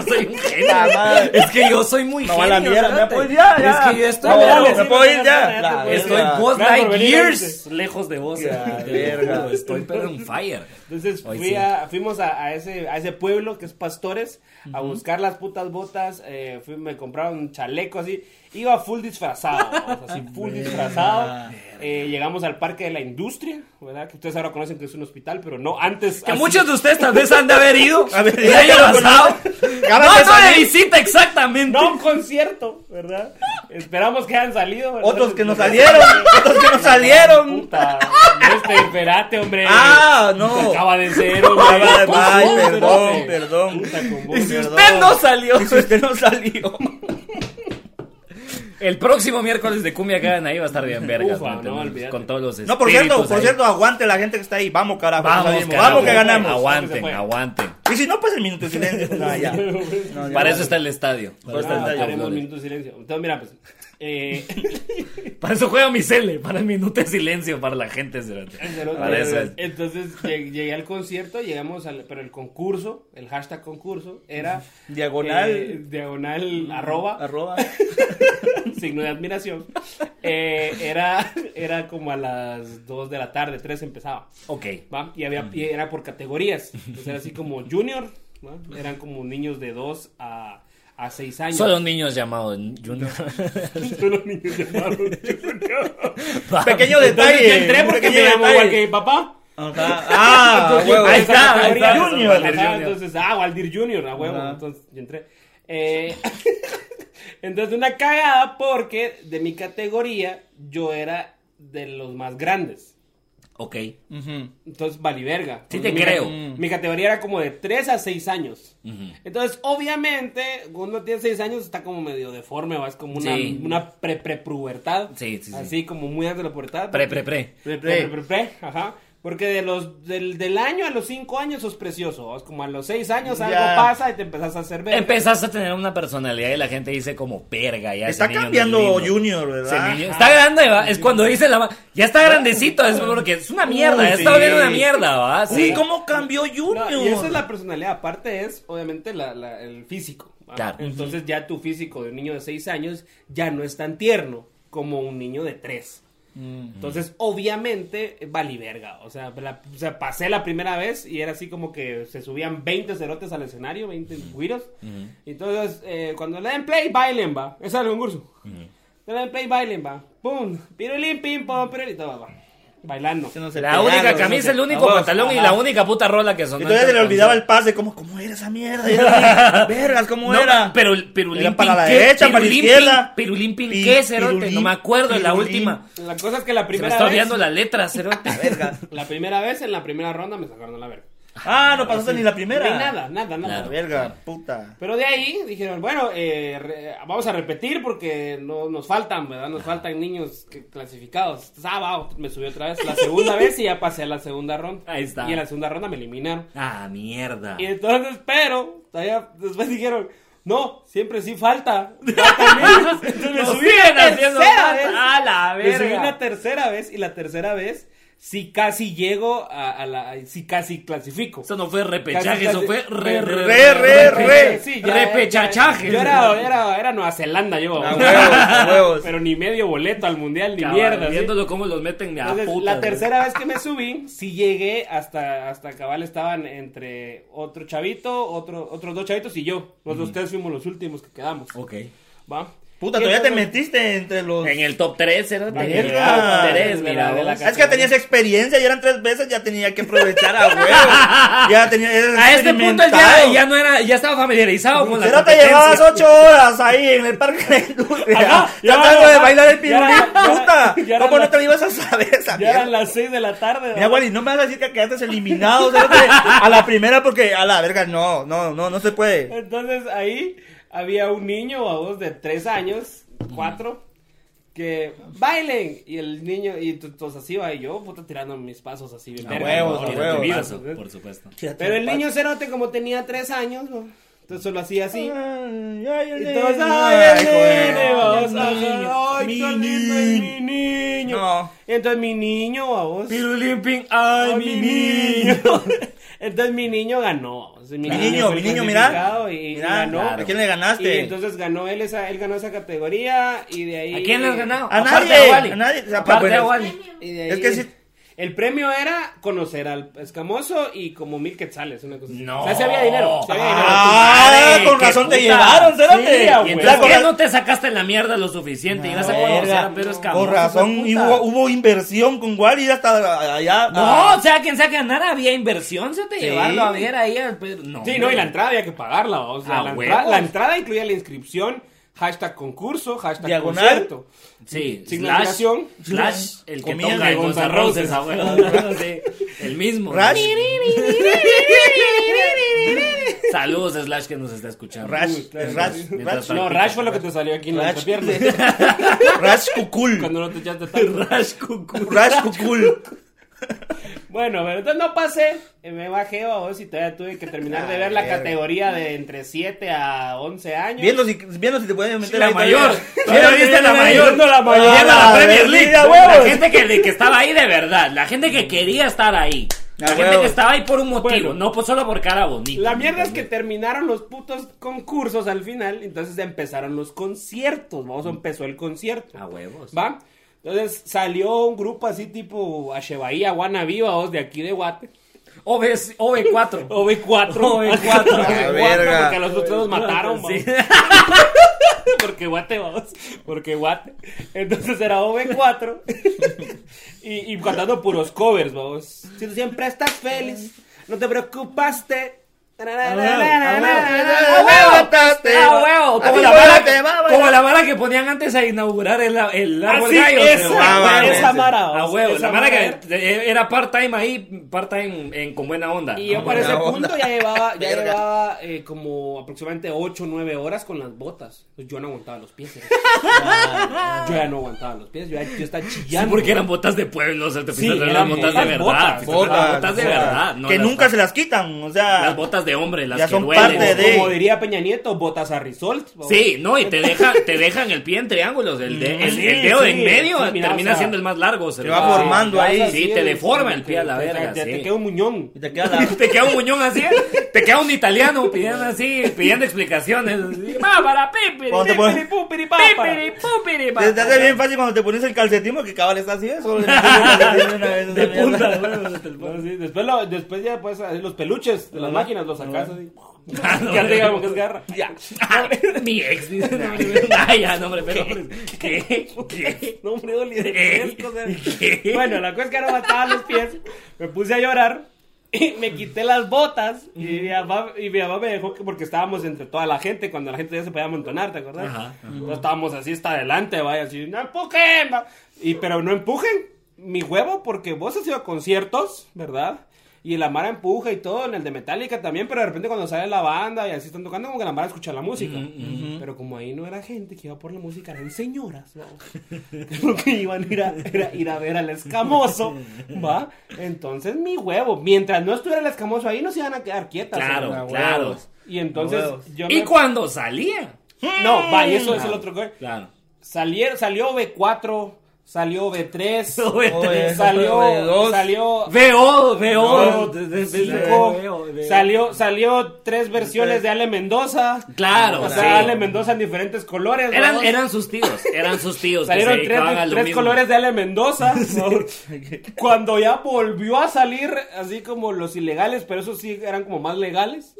Speaker 1: soy un genio.
Speaker 3: La madre.
Speaker 1: Es que yo soy muy
Speaker 3: No, a
Speaker 1: genio.
Speaker 3: la mierda,
Speaker 1: fíjate.
Speaker 3: me puedo ir ya, ya.
Speaker 1: Es que yo estoy,
Speaker 3: No,
Speaker 1: pero-
Speaker 3: dale, me puedo ir ya.
Speaker 2: te
Speaker 3: La-
Speaker 2: puedes ir.
Speaker 1: estoy
Speaker 3: Ya.
Speaker 1: post
Speaker 2: Gracias por
Speaker 1: night
Speaker 2: venir,
Speaker 1: years
Speaker 2: Ulises.
Speaker 1: lejos de vos.
Speaker 3: Ya,
Speaker 1: Te lo
Speaker 3: verga.
Speaker 1: juro, Estoy pero en fire.
Speaker 2: Entonces
Speaker 1: Hoy
Speaker 2: fui
Speaker 1: sí.
Speaker 2: a- fuimos a, a ese, a ese pueblo que es Pastores a buscar las putas botas. eh, fui- me compraron un chaleco así. Iba full disfrazado, o sea, así full disfrazado. Eh, llegamos al Parque de la Industria, ¿verdad? Que ustedes ahora conocen que es un hospital, pero no, antes...
Speaker 1: Que
Speaker 2: así-
Speaker 1: muchos de ustedes tal vez han de haber ido.
Speaker 3: A ver,
Speaker 1: el año pasado. No,
Speaker 3: Ahora que
Speaker 1: no, de
Speaker 3: salí-
Speaker 1: visita, exactamente.
Speaker 2: No un concierto, ¿verdad? Esperamos que hayan salido. ¿verdad?
Speaker 3: Otros que no salieron, otros que no salieron.
Speaker 2: Puta, este, esperate, hombre.
Speaker 3: Ah, no.
Speaker 2: Acaba de ser,
Speaker 3: Ay,
Speaker 2: hombre.
Speaker 3: ay, ay,
Speaker 2: Con vos,
Speaker 3: perdón,
Speaker 2: hombre.
Speaker 3: perdón.
Speaker 2: Puta, con vos,
Speaker 3: Y si
Speaker 2: perdón.
Speaker 3: usted no
Speaker 1: salió.
Speaker 3: Y si usted no salió.
Speaker 1: El próximo miércoles de cumbia que hagan ahí va a estar bien vergas. ¿me
Speaker 2: Ufa, no,
Speaker 1: entiendes?
Speaker 2: olvídate.
Speaker 1: con todos los
Speaker 3: No, por
Speaker 1: espíritus
Speaker 3: cierto, por
Speaker 1: ahí.
Speaker 3: cierto, aguante la gente que está ahí. Vamos, carajo.
Speaker 1: Vamos,
Speaker 3: salimos.
Speaker 1: carajo.
Speaker 3: Vamos que ganamos.
Speaker 2: Se
Speaker 1: Aguanten,
Speaker 2: fue.
Speaker 1: aguanten.
Speaker 3: Y si no, pues el minuto de silencio. No, ya. No, ya.
Speaker 1: Para eso está el estadio. Para, eso
Speaker 3: Por
Speaker 1: está el
Speaker 2: Ah,
Speaker 3: detalle,
Speaker 2: haremos
Speaker 1: estadio.
Speaker 2: un minuto de silencio. Entonces, mira, pues. eh,
Speaker 1: Para eso juega mi cele, para el minuto de silencio para la gente. cerote. Para eso es.
Speaker 2: entonces lleg- llegué al concierto, llegamos al. Pero el concurso, el hashtag concurso, era.
Speaker 3: Diagonal.
Speaker 2: eh, diagonal arroba,
Speaker 3: Arroba.
Speaker 2: signo de admiración. Eh, era, era como a las 2 de la tarde, 3 empezaba.
Speaker 1: Ok.
Speaker 2: ¿va? Y, había, y era por categorías. Entonces era así como junior, ¿va? eran como niños de 2 a, a 6 años.
Speaker 1: Solo niños llamados Junior.
Speaker 2: Solo niños llamados junior.
Speaker 3: Pequeño
Speaker 2: Entonces
Speaker 3: detalle.
Speaker 2: yo entré porque
Speaker 3: pequeño
Speaker 2: me llamó
Speaker 3: detalle.
Speaker 2: igual que mi papá.
Speaker 3: Ajá. Ah,
Speaker 2: Entonces,
Speaker 3: huevo.
Speaker 2: yo
Speaker 1: ahí
Speaker 2: entré
Speaker 1: está,
Speaker 2: a
Speaker 1: ahí
Speaker 2: categoría,
Speaker 1: está,
Speaker 2: entonces,
Speaker 1: Junior.
Speaker 2: ajá,
Speaker 1: Junior.
Speaker 2: Entonces, ah, Waldir Junior, a huevo.
Speaker 3: Ajá.
Speaker 2: Entonces, yo entré. Eh, entonces, una cagada porque de mi categoría yo era de los más grandes.
Speaker 1: Ok.
Speaker 3: Ujú.
Speaker 2: Entonces, vali verga.
Speaker 1: Sí
Speaker 2: Porque
Speaker 1: te
Speaker 2: mi-
Speaker 1: creo.
Speaker 2: Mi categoría era como de 3 a 6 años. Entonces, obviamente, cuando uno tiene 6 años está como medio deforme, vas como una,
Speaker 1: Sí.
Speaker 2: una pre-pre-pubertad.
Speaker 1: Sí, sí, sí.
Speaker 2: Así como muy antes de la pubertad.
Speaker 1: Pre, pre, pre.
Speaker 2: Pre,
Speaker 3: Pre.
Speaker 2: pre, pre, pre, ajá. Porque de los, del, del año a los cinco años sos precioso. ¿vos? Como a los seis años algo
Speaker 3: Ya.
Speaker 2: pasa y te empezás a hacer verga.
Speaker 1: Empezás a tener una personalidad y la gente dice como perga. Ya
Speaker 3: Está
Speaker 1: ese niño no es
Speaker 3: cambiando
Speaker 1: lindo".
Speaker 3: Junior,
Speaker 1: Ese
Speaker 3: ¿verdad?
Speaker 1: niño- Está grande, ¿va? Es cuando dice la... ma- Ya está grandecito, es porque es una mierda.
Speaker 3: Uy,
Speaker 1: ya
Speaker 3: sí.
Speaker 1: está volviendo una mierda, ¿va?
Speaker 3: Uy,
Speaker 1: Sí.
Speaker 3: ¿cómo cambió Junior?
Speaker 2: No, y esa es la personalidad. Aparte es, obviamente, la, la- el físico. ¿va?
Speaker 1: Claro.
Speaker 2: Entonces ya tu físico de un niño de seis años ya no es tan tierno como un niño de tres.
Speaker 1: Mm.
Speaker 2: Entonces, obviamente, vali verga. O sea, la- o sea, pasé la primera vez y era así como que se subían 20 cerotes al escenario, 20 güiros. Entonces, eh, cuando le den play, bailen, va. Ese es el concurso. Le den play, bailen, va. Pum, pirulín, pim, pom, pirulín, todo, va. Bailando.
Speaker 3: Se nos
Speaker 1: La
Speaker 3: pegaron,
Speaker 1: única
Speaker 3: se
Speaker 1: camisa,
Speaker 3: nos-
Speaker 1: el único
Speaker 3: Vamos,
Speaker 1: pantalón y
Speaker 3: ajá.
Speaker 1: la única puta rola que sonó.
Speaker 3: Entonces se le
Speaker 1: en todo
Speaker 3: olvidaba
Speaker 1: el
Speaker 3: el pase, como, ¿cómo era esa mierda? Y era así, Vergas, ¿cómo
Speaker 1: No,
Speaker 3: era?
Speaker 1: Pero, pirulín
Speaker 3: Era para la
Speaker 1: Pinqué,
Speaker 3: derecha, para la
Speaker 1: pirulín
Speaker 3: izquierda.
Speaker 1: Pin- Pirulín
Speaker 3: Pi-
Speaker 1: Pinqué, cerote,
Speaker 3: pirulín,
Speaker 1: no me acuerdo, es la
Speaker 3: pirulín.
Speaker 1: última.
Speaker 2: La cosa es que la
Speaker 1: Se me
Speaker 2: primera
Speaker 1: está
Speaker 2: vez.
Speaker 1: olvidando la letra, cerote.
Speaker 3: Verga.
Speaker 2: La primera vez, en la primera ronda, me sacaron a la verga.
Speaker 3: Ah, no pasaste ni la primera.
Speaker 2: Ni nada, nada, nada.
Speaker 1: Claro.
Speaker 3: Verga, puta.
Speaker 2: Pero de ahí dijeron, bueno, eh, re- vamos a repetir porque no, nos faltan, ¿verdad? Nos faltan niños que- clasificados. Entonces, ah, va, me subí otra vez. La segunda vez y ya pasé a la segunda ronda.
Speaker 1: Ahí está.
Speaker 2: Y en la segunda ronda me eliminaron.
Speaker 1: Ah, mierda.
Speaker 2: Y entonces, pero, todavía después dijeron, no, siempre sí falta. faltan niños. Entonces me
Speaker 1: Nos
Speaker 2: subí una
Speaker 1: siguen haciendo
Speaker 2: tercera
Speaker 1: falta.
Speaker 2: vez.
Speaker 1: A la
Speaker 2: Me subí
Speaker 1: verga.
Speaker 2: una tercera vez y la tercera vez sí casi llego a, a la, sí casi clasifico.
Speaker 1: Eso no fue
Speaker 2: Casi,
Speaker 1: repechaje, eso
Speaker 2: casi-
Speaker 1: fue re, re,
Speaker 3: re, re, re.
Speaker 2: Sí, ya,
Speaker 1: repechachaje.
Speaker 2: Yo era, era, era Nueva Zelanda, yo.
Speaker 3: A Ah, huevos, a huevos.
Speaker 2: Pero ni medio boleto al mundial, ni
Speaker 1: Cabal,
Speaker 2: mierda. ¿sí?
Speaker 1: Viéndolo cómo los meten a
Speaker 2: Entonces,
Speaker 1: puta.
Speaker 2: la tercera vez que me subí, sí llegué hasta, hasta cabal estaban entre otro chavito, otro, otros dos chavitos y yo. Los de ustedes fuimos los últimos que quedamos.
Speaker 1: Ok.
Speaker 2: ¿Va?
Speaker 3: Puta,
Speaker 2: Y
Speaker 3: todavía te
Speaker 2: entonces-
Speaker 3: metiste entre los.
Speaker 1: En el top 3, cerote.
Speaker 2: Verga.
Speaker 1: En el top 3,
Speaker 2: De la-
Speaker 1: mira.
Speaker 2: de la
Speaker 1: vos.
Speaker 2: ca-
Speaker 3: Es que tenías experiencia, ya eran tres veces, ya tenía que aprovechar a huevo. Ya tenía.
Speaker 1: A este punto él ya, ya no era, ya estaba familiarizado con la
Speaker 3: Pero te
Speaker 1: competencia.
Speaker 3: llevabas ocho horas ahí en el parque de la industria.
Speaker 2: Ajá, ya
Speaker 3: Tratando
Speaker 2: era-
Speaker 3: de bailar el
Speaker 2: ya
Speaker 3: pirulín,
Speaker 2: era- ya era-
Speaker 3: puta.
Speaker 2: ya era
Speaker 3: ¿Cómo
Speaker 2: la-
Speaker 3: no te lo ibas a saber esa
Speaker 2: Ya eran
Speaker 3: mierda?
Speaker 2: las 6 de la tarde.
Speaker 3: Mira,
Speaker 2: ¿va?
Speaker 3: Wally, no me vas a decir que quedaste eliminado cerote, a la primera porque a la verga, no, no, no, no se puede.
Speaker 2: Entonces ahí había un niño a vos de tres años, cuatro, que bailen. Y el niño, y t- entonces así va y yo, puta, tirando mis pasos así. bien
Speaker 3: A
Speaker 2: verga,
Speaker 3: huevos,
Speaker 2: ¿no?
Speaker 3: a
Speaker 2: Bien
Speaker 3: huevos.
Speaker 2: atrevido,
Speaker 1: Paso,
Speaker 2: ¿no?
Speaker 1: por supuesto.
Speaker 2: Pero el niño cerote, como tenía tres años, ¿no? entonces solo hacía así.
Speaker 3: Ay, ay, ay,
Speaker 2: Entonces,
Speaker 3: ay,
Speaker 2: ay, el
Speaker 3: joder.
Speaker 2: nene, vamos,
Speaker 3: Mi
Speaker 2: ajá, ay,
Speaker 3: niño,
Speaker 2: qué
Speaker 3: mi
Speaker 2: lindo es
Speaker 3: niño.
Speaker 2: mi niño.
Speaker 3: No.
Speaker 2: Entonces mi niño, vamos.
Speaker 1: Pirulín, pin, ay, mi niño.
Speaker 2: Entonces mi niño ganó. O sea, mi,
Speaker 3: Mi niño,
Speaker 2: fue
Speaker 3: mi
Speaker 2: el
Speaker 3: niño, mirá.
Speaker 2: clasificado Y, y
Speaker 3: Mirá,
Speaker 2: ganó.
Speaker 1: claro.
Speaker 3: ¿a quién le
Speaker 2: Y
Speaker 3: ganaste?
Speaker 2: entonces ganó él esa, él ganó esa categoría y de ahí.
Speaker 1: ¿A quién le has ganado?
Speaker 3: A
Speaker 1: Aparte
Speaker 3: nadie,
Speaker 1: Wally.
Speaker 3: a nadie. O sea,
Speaker 1: Aparte
Speaker 3: bueno,
Speaker 1: a Wally.
Speaker 2: Y de ahí-
Speaker 3: Es que sí-
Speaker 2: El premio era conocer al escamoso y como mil quetzales, una cosa así.
Speaker 1: No.
Speaker 2: O sea, sí había dinero. sí había dinero.
Speaker 3: Ah,
Speaker 1: madre,
Speaker 3: con
Speaker 1: qué
Speaker 3: razón te
Speaker 1: puta.
Speaker 3: llevaron,
Speaker 2: Sí,
Speaker 3: cérate.
Speaker 2: a
Speaker 1: Y
Speaker 2: huevo.
Speaker 1: entonces,
Speaker 3: Ya,
Speaker 1: ¿por
Speaker 3: con
Speaker 1: qué
Speaker 3: ra-
Speaker 1: no te sacaste la mierda lo suficiente? Ibas a conocer
Speaker 3: verga.
Speaker 1: a Pedro Escamoso.
Speaker 3: Con razón
Speaker 1: hijo de puta.
Speaker 3: hubo, hubo inversión con Wally hasta allá.
Speaker 1: No, o sea, quien sea que ganara, había inversión, se te llevarlo a ver ahí al Pedro. No,
Speaker 2: Sí, no, y la
Speaker 1: hombre.
Speaker 2: entrada había que pagarla, o sea,
Speaker 1: Ah,
Speaker 2: la,
Speaker 1: huevos.
Speaker 2: entra- la entrada incluía la inscripción, hashtag concurso, hashtag
Speaker 3: Diagonal.
Speaker 2: concierto.
Speaker 1: Sí,
Speaker 2: Sin
Speaker 1: slash,
Speaker 2: admiración.
Speaker 1: slash, el que
Speaker 3: Comida
Speaker 1: toca
Speaker 3: de
Speaker 1: el Guns N' Roses, abuelo. Sí, el mismo.
Speaker 3: Rash.
Speaker 1: Saludos, Slash, que nos está escuchando.
Speaker 3: Rash,
Speaker 2: Uy, claro,
Speaker 3: es
Speaker 1: sí.
Speaker 3: Rash,
Speaker 1: Mientras
Speaker 3: Rash,
Speaker 1: tanto.
Speaker 2: No, Rash fue lo que te salió aquí en la
Speaker 3: Rash,
Speaker 2: entrepierna.
Speaker 3: Rash Kukul.
Speaker 2: Cuando no te echaste tanto.
Speaker 1: Rash Cucú.
Speaker 3: Rash Kukul.
Speaker 2: Bueno, pero entonces no pasé. eh, Me bajé a vos y todavía tuve que terminar de ver la
Speaker 3: verga.
Speaker 2: categoría de entre 7 a 11 años.
Speaker 3: Viendo si, viendo si te pueden meter
Speaker 1: La
Speaker 3: ahí
Speaker 1: mayor.
Speaker 3: todavía.
Speaker 1: Todavía viste la mayor.
Speaker 2: Viendo la mayor.
Speaker 1: Viendo la
Speaker 3: Ah,
Speaker 1: Premier
Speaker 3: sí,
Speaker 1: League.
Speaker 3: a huevos.
Speaker 1: La gente que, que estaba ahí de verdad. La gente que quería estar ahí. La
Speaker 3: A
Speaker 1: gente
Speaker 3: huevos.
Speaker 1: que estaba ahí por un motivo.
Speaker 2: Bueno.
Speaker 1: No pues, solo por cara bonita.
Speaker 2: La mierda es que terminaron los putos concursos al final, entonces empezaron los conciertos. Vamos, empezó el concierto.
Speaker 1: A huevos.
Speaker 2: ¿Va? Entonces salió un grupo así tipo Achevaía, Guanaviva, vos de aquí de Guate.
Speaker 1: OB, OB4.
Speaker 2: OV4.
Speaker 1: OV4.
Speaker 3: Ah, verga.
Speaker 2: Porque a los otros los mataron,
Speaker 1: Sí.
Speaker 2: vamos. Porque guate, vamos. Porque guate. Entonces era OV4. y, y cantando puros covers, vamos. Si tú siempre estás feliz, no te preocupaste.
Speaker 3: A Ah, huevo, mataste.
Speaker 1: Ah, huevo,
Speaker 3: A
Speaker 1: como
Speaker 3: ti
Speaker 1: la,
Speaker 3: huevo
Speaker 1: vara,
Speaker 3: te va, vaya. Ah,
Speaker 1: como la vara que ponían antes a inaugurar el, el árbol
Speaker 2: Así,
Speaker 1: gallo.
Speaker 2: esa,
Speaker 1: pero, a
Speaker 3: huevo,
Speaker 2: esa mara,
Speaker 1: A
Speaker 2: vos,
Speaker 1: huevo,
Speaker 2: esa
Speaker 1: la vara
Speaker 2: mara.
Speaker 1: que era part-time ahí, part-time en- con buena onda.
Speaker 2: Y yo
Speaker 1: Ah,
Speaker 2: para ese
Speaker 3: buena
Speaker 2: punto
Speaker 3: onda.
Speaker 2: ya llevaba, ya
Speaker 3: Verga.
Speaker 2: llevaba eh, como aproximadamente 8 o 9 horas con las botas. Yo no aguantaba los pies. eh. yo ya no aguantaba los pies. Yo, ya- yo estaba
Speaker 1: Sí,
Speaker 2: chillando.
Speaker 1: porque eran botas de pueblo, o sea, te
Speaker 2: Sí,
Speaker 1: fijas,
Speaker 2: eran
Speaker 1: eran botas de
Speaker 2: botas,
Speaker 1: verdad.
Speaker 2: botas,
Speaker 1: eran
Speaker 3: Botas,
Speaker 1: botas de
Speaker 3: botas.
Speaker 1: verdad. no
Speaker 3: que
Speaker 1: las-
Speaker 3: nunca se las quitan, o sea.
Speaker 1: Las botas de hombre, las
Speaker 3: Ya
Speaker 1: que
Speaker 3: son
Speaker 1: duelen.
Speaker 3: parte
Speaker 2: Como-
Speaker 3: de-
Speaker 2: Como diría Peña Nieto, botas a Risol.
Speaker 1: Sí, no, y te dejan te dejan el pie en triángulos, el, de- el,
Speaker 2: Sí,
Speaker 1: el dedo
Speaker 2: sí,
Speaker 1: de en medio
Speaker 2: sí, mira,
Speaker 1: termina
Speaker 2: o sea,
Speaker 1: siendo el más largo. Se
Speaker 3: va formando ahí.
Speaker 1: Sí, te deforma el pie a la verga,
Speaker 2: Te, te
Speaker 1: sí.
Speaker 2: queda un muñón.
Speaker 3: Y te queda la-
Speaker 1: Te queda un muñón así, ¿eh? te queda un italiano pidiendo así, pidiendo explicaciones. Pápara, pipiri,
Speaker 3: Cuando te pones-
Speaker 1: pipiri,
Speaker 2: Pipiri, pupiri, pápara.
Speaker 1: pipiri, pupiri,
Speaker 3: Te te hace
Speaker 1: pápara.
Speaker 3: bien fácil cuando te pones el calcetín porque cabal está así, eso. De
Speaker 1: De punta, bueno, hasta el-
Speaker 2: Bueno, sí, después, lo- después ya pues eh, los peluches de las máquinas los sacas así.
Speaker 1: Ah, no,
Speaker 2: Ya
Speaker 1: no.
Speaker 2: te digamos que es garra.
Speaker 1: Ya. Mi ex dice, no, hombre, ay, ya, no, hombre, pero, ¿qué? ¿Qué?
Speaker 2: No, hombre, Oli, de
Speaker 1: Ey,
Speaker 2: fresco, o sea.
Speaker 1: ¿qué?
Speaker 2: Bueno, la cosa es que no mataba los pies. Me puse a llorar. Y me quité las botas. Y mi mamá, y mi mamá me dejó que- porque estábamos entre toda la gente. Cuando la gente ya se podía amontonar, ¿te acuerdas?
Speaker 1: Ajá, ajá.
Speaker 2: Entonces estábamos así hasta adelante, vaya, así, no empujen. va". Y, pero no empujen mi huevo porque vos has ido a conciertos, ¿verdad? Y la Mara empuja y todo, en el de Metallica también, pero de repente cuando sale la banda y así están tocando, como que la Mara escucha la música. Pero como ahí no era gente que iba por la música, eran señoras, ¿no? Lo que iban a ir a, era ir a ver al escamoso, ¿va? Entonces, mi huevo, mientras no estuviera el escamoso ahí, no se iban a quedar quietas.
Speaker 1: Claro,
Speaker 2: ¿no?
Speaker 1: claro.
Speaker 2: Y entonces,
Speaker 3: Huevos.
Speaker 2: yo
Speaker 1: Y Ah.
Speaker 2: me-
Speaker 1: cuando salía.
Speaker 2: No, va, y eso es el otro... co-
Speaker 1: Claro.
Speaker 2: Salieron, salió B4, salió B3,
Speaker 1: V3,
Speaker 2: salió,
Speaker 3: V2,
Speaker 2: salió
Speaker 1: Veo,
Speaker 3: No,
Speaker 1: veo. de- de- de-
Speaker 2: cinco,
Speaker 1: veo, veo.
Speaker 2: salió, salió tres versiones de Ale Mendoza.
Speaker 1: Claro,
Speaker 2: O sea,
Speaker 1: sí.
Speaker 2: Ale Mendoza en diferentes colores. ¿no?
Speaker 1: Eran, eran sus tíos, eran sus tíos. que
Speaker 2: Salieron
Speaker 1: se
Speaker 2: tres,
Speaker 1: dedicaban a lo
Speaker 2: tres
Speaker 1: mismo.
Speaker 2: colores de Ale Mendoza. ¿no? Cuando ya volvió a salir, así como los ilegales, pero esos sí eran como más legales.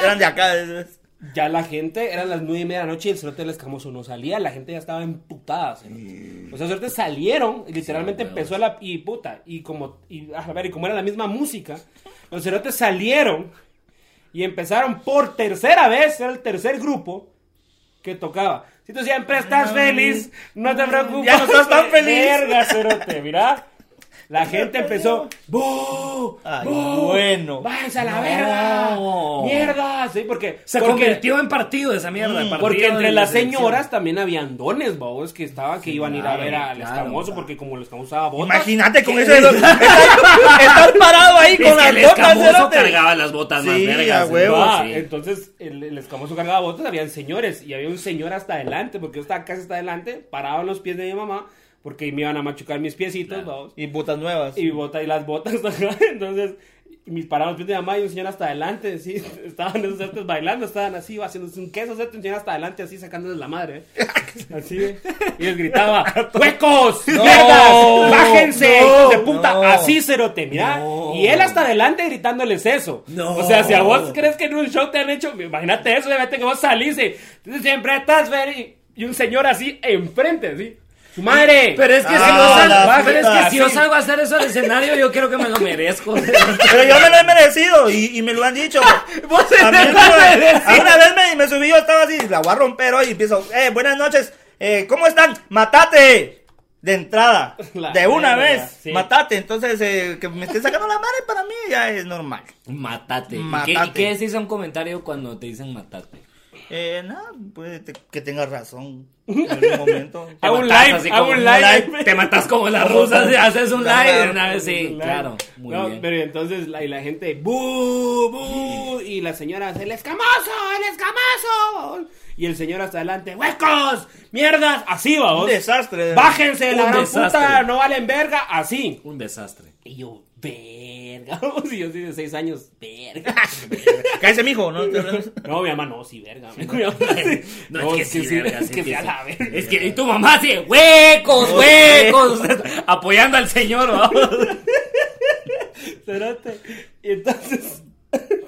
Speaker 3: Eran de acá. es-
Speaker 2: Ya la gente, eran las nueve y media de la noche y el cerote del escamoso no salía, la gente ya estaba emputada, cerote. O sea, cerote salieron, y literalmente
Speaker 1: huevos.
Speaker 2: empezó la... Y puta, y como... Y, a ver, y como era la misma música, los cerotes salieron y empezaron por tercera vez, era el tercer grupo que tocaba. Si tú siempre estás feliz, no te preocupes.
Speaker 3: Ya no estás tan feliz.
Speaker 2: Verga, cerote, mira. La gente empezó... ¡Boo!
Speaker 3: Ay,
Speaker 2: ¡Boo!
Speaker 3: bueno.
Speaker 2: ¡Váyanse a la
Speaker 1: No.
Speaker 2: verga! ¡Mierda! Sí, porque...
Speaker 1: Se
Speaker 2: porque-
Speaker 1: convirtió en partido esa mierda. partido
Speaker 2: porque entre
Speaker 1: de
Speaker 2: las
Speaker 1: selección.
Speaker 2: señoras también habían dones, babos, que estaban, que iban a ir a
Speaker 1: claro,
Speaker 2: ver al
Speaker 1: claro,
Speaker 2: escamoso,
Speaker 1: claro.
Speaker 2: porque como el escamoso usaba botas.
Speaker 3: Imagínate con eso. Estás, estás parado ahí
Speaker 1: Es
Speaker 3: con
Speaker 1: que
Speaker 3: las
Speaker 1: el
Speaker 3: botas.
Speaker 1: escamoso
Speaker 3: cerote.
Speaker 1: cargaba las botas más
Speaker 3: Sí,
Speaker 1: vergas.
Speaker 3: a
Speaker 1: ¿no?
Speaker 3: huevo.
Speaker 2: Ah,
Speaker 1: Sí.
Speaker 2: Entonces, el, el escamoso cargaba botas, habían señores, y había un señor hasta adelante, porque yo estaba casi hasta adelante, parado en los pies de mi mamá, porque me iban a machucar mis piecitos, babos,
Speaker 3: Y botas nuevas.
Speaker 2: y, bota, y las botas, ajá, entonces... Y mis parados, yo te llamaba y un señor hasta adelante, sí, estaban esos cetes bailando, estaban así, haciéndose un queso, cetes, un señor hasta adelante, así, sacándoles la madre, ¿eh? Así, ¿eh? y les gritaba, ¡huecos! ¡Mierdas! ¡Bájense!
Speaker 1: no,
Speaker 2: hijos de puta!
Speaker 3: no.
Speaker 2: así, cerote, mira,
Speaker 1: No.
Speaker 2: y él hasta adelante gritándoles eso.
Speaker 1: No.
Speaker 2: O sea, si a vos crees que en un show te han hecho, imagínate eso, obviamente que vos salís y "Tú siempre estás feliz, y un señor así, enfrente, sí. ¡Tu madre!
Speaker 1: Pero es que si
Speaker 3: Ah,
Speaker 1: yo salgo,
Speaker 3: la
Speaker 1: pero es
Speaker 3: puta,
Speaker 1: que si
Speaker 3: sí.
Speaker 1: yo salgo a hacer eso al escenario, yo creo que me lo merezco.
Speaker 3: Pero yo me lo he merecido y, y me lo han dicho.
Speaker 1: Vos
Speaker 3: A mí
Speaker 1: tenés
Speaker 3: una
Speaker 1: la
Speaker 3: vez-
Speaker 1: merecido.
Speaker 3: a una vez me, me subí, yo estaba así, la voy a romper hoy y empiezo, eh, buenas noches, eh, ¿cómo están? ¡Matate! De entrada,
Speaker 2: La
Speaker 3: de una
Speaker 2: verga,
Speaker 3: vez,
Speaker 2: sí.
Speaker 3: matate. Entonces, eh, que me esté sacando la madre para mí ya es normal.
Speaker 1: Matate. ¿Y
Speaker 3: Matate.
Speaker 1: qué- ¿Y qué decís a un comentario cuando te dicen matate?
Speaker 3: Eh, nada, pues, te- que tengas razón en algún momento.
Speaker 1: Te
Speaker 2: Hago un
Speaker 1: matas
Speaker 2: live,
Speaker 1: así
Speaker 2: hago
Speaker 1: como
Speaker 2: un
Speaker 1: un
Speaker 2: live.
Speaker 1: live, Te matas como las rusas, haces un
Speaker 3: Claro,
Speaker 1: live. de una vez,
Speaker 2: Haces
Speaker 1: sí,
Speaker 2: un live.
Speaker 1: claro. Muy
Speaker 2: No,
Speaker 1: bien.
Speaker 2: Pero y entonces, la, y la gente, bu, bu, y la señora, el escamoso, el escamoso. Y el señor hasta adelante, huecos, mierdas, así
Speaker 3: Un
Speaker 2: vamos.
Speaker 3: desastre.
Speaker 2: Bájense, la
Speaker 1: Un
Speaker 2: gran
Speaker 1: desastre.
Speaker 2: puta, no valen verga, así.
Speaker 1: Un desastre.
Speaker 2: Y yo, verga, y yo sí de seis años, verga.
Speaker 3: Cállese, mijo. ¿no? Pero
Speaker 2: No, mi mamá no, sí, verga. mi mamá, sí.
Speaker 1: No, es que sí, verga,
Speaker 2: es
Speaker 1: sí,
Speaker 2: que
Speaker 1: sí,
Speaker 2: sí, a
Speaker 1: sí.
Speaker 2: la verga.
Speaker 1: Es que, y tu mamá así, huecos, huecos, apoyando al señor, vamos.
Speaker 2: Cerote. Y entonces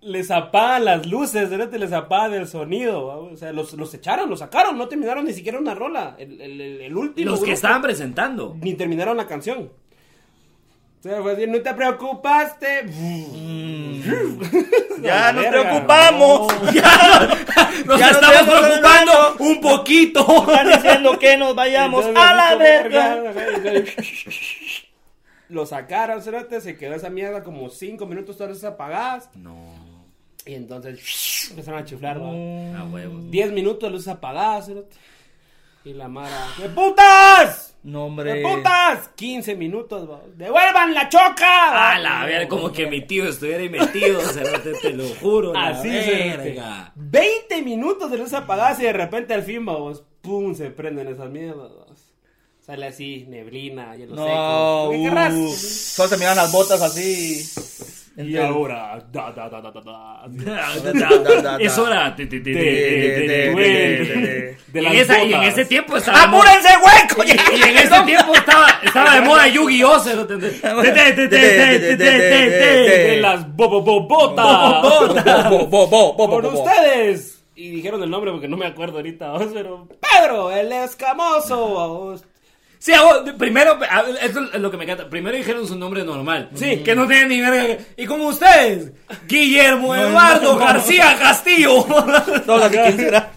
Speaker 2: les apagan las luces, cerote, les apagan el sonido. ¿va? O sea, los, los echaron, los sacaron, no terminaron ni siquiera una rola. El, el- el- el último.
Speaker 1: Los que
Speaker 2: grupo,
Speaker 1: estaban presentando.
Speaker 2: Ni terminaron la canción. O sea, fue así, no te preocupaste.
Speaker 3: Mm. ya nos
Speaker 2: Verga,
Speaker 3: preocupamos.
Speaker 1: Nos
Speaker 3: Ya
Speaker 1: estamos
Speaker 3: nos estamos
Speaker 1: preocupando un poquito.
Speaker 3: Están diciendo que nos vayamos a la verga.
Speaker 2: Lo sacaron, cerote, se quedó esa mierda como cinco minutos todas esas apagadas.
Speaker 1: No,
Speaker 2: Y entonces empezaron a chiflar, ¿va?
Speaker 3: Mm.
Speaker 1: a huevos.
Speaker 2: 10 minutos, luces apagadas, cerote. Y la mara. ¡De putas!
Speaker 3: No,
Speaker 2: ¡De
Speaker 3: hombre.
Speaker 2: putas! 15 minutos, va. ¡Devuelvan la choca!
Speaker 1: A la verga, como que mi tío estuviera ahí metido, cerote, te lo juro. la
Speaker 2: Así
Speaker 1: verga.
Speaker 2: verga. 20 minutos de luces apagadas y de repente al fin, vamos. ¡Pum! Se prenden esas mierdas, vamos. Sale así, neblina, hielo
Speaker 3: No,
Speaker 2: seco. Lo que querrás.
Speaker 3: uh, solo se miran las botas así.
Speaker 2: Y ahora. Da, da, da, da, da, da.
Speaker 1: Es hora. te- te- te- te- te- te- te-
Speaker 2: de- de-
Speaker 1: Y
Speaker 2: de
Speaker 1: en,
Speaker 2: las
Speaker 1: esa- y en
Speaker 2: botas.
Speaker 1: ese tiempo estaba. de moda-
Speaker 3: ¡Apúrense, hueco!
Speaker 1: Y, y en ese tiempo estaba, estaba de moda Yu-Gi-Oh! cerote. Te- te- te- te- te- te- te- te-
Speaker 2: De las bobo bobotas.
Speaker 3: Bo, bo, bo, bo, bo,
Speaker 2: Por
Speaker 3: bo, bo.
Speaker 2: ustedes. Y dijeron el nombre porque no me acuerdo ahorita, vamos, pero Pedro, el escamoso. vamos.
Speaker 1: Sí, a vos, primero, a- esto es lo que me encanta. Primero dijeron su nombre normal. Sí. Que no tienen ni verga. Y como ustedes, Guillermo Eduardo García Castillo.
Speaker 3: Todas las que quisiera.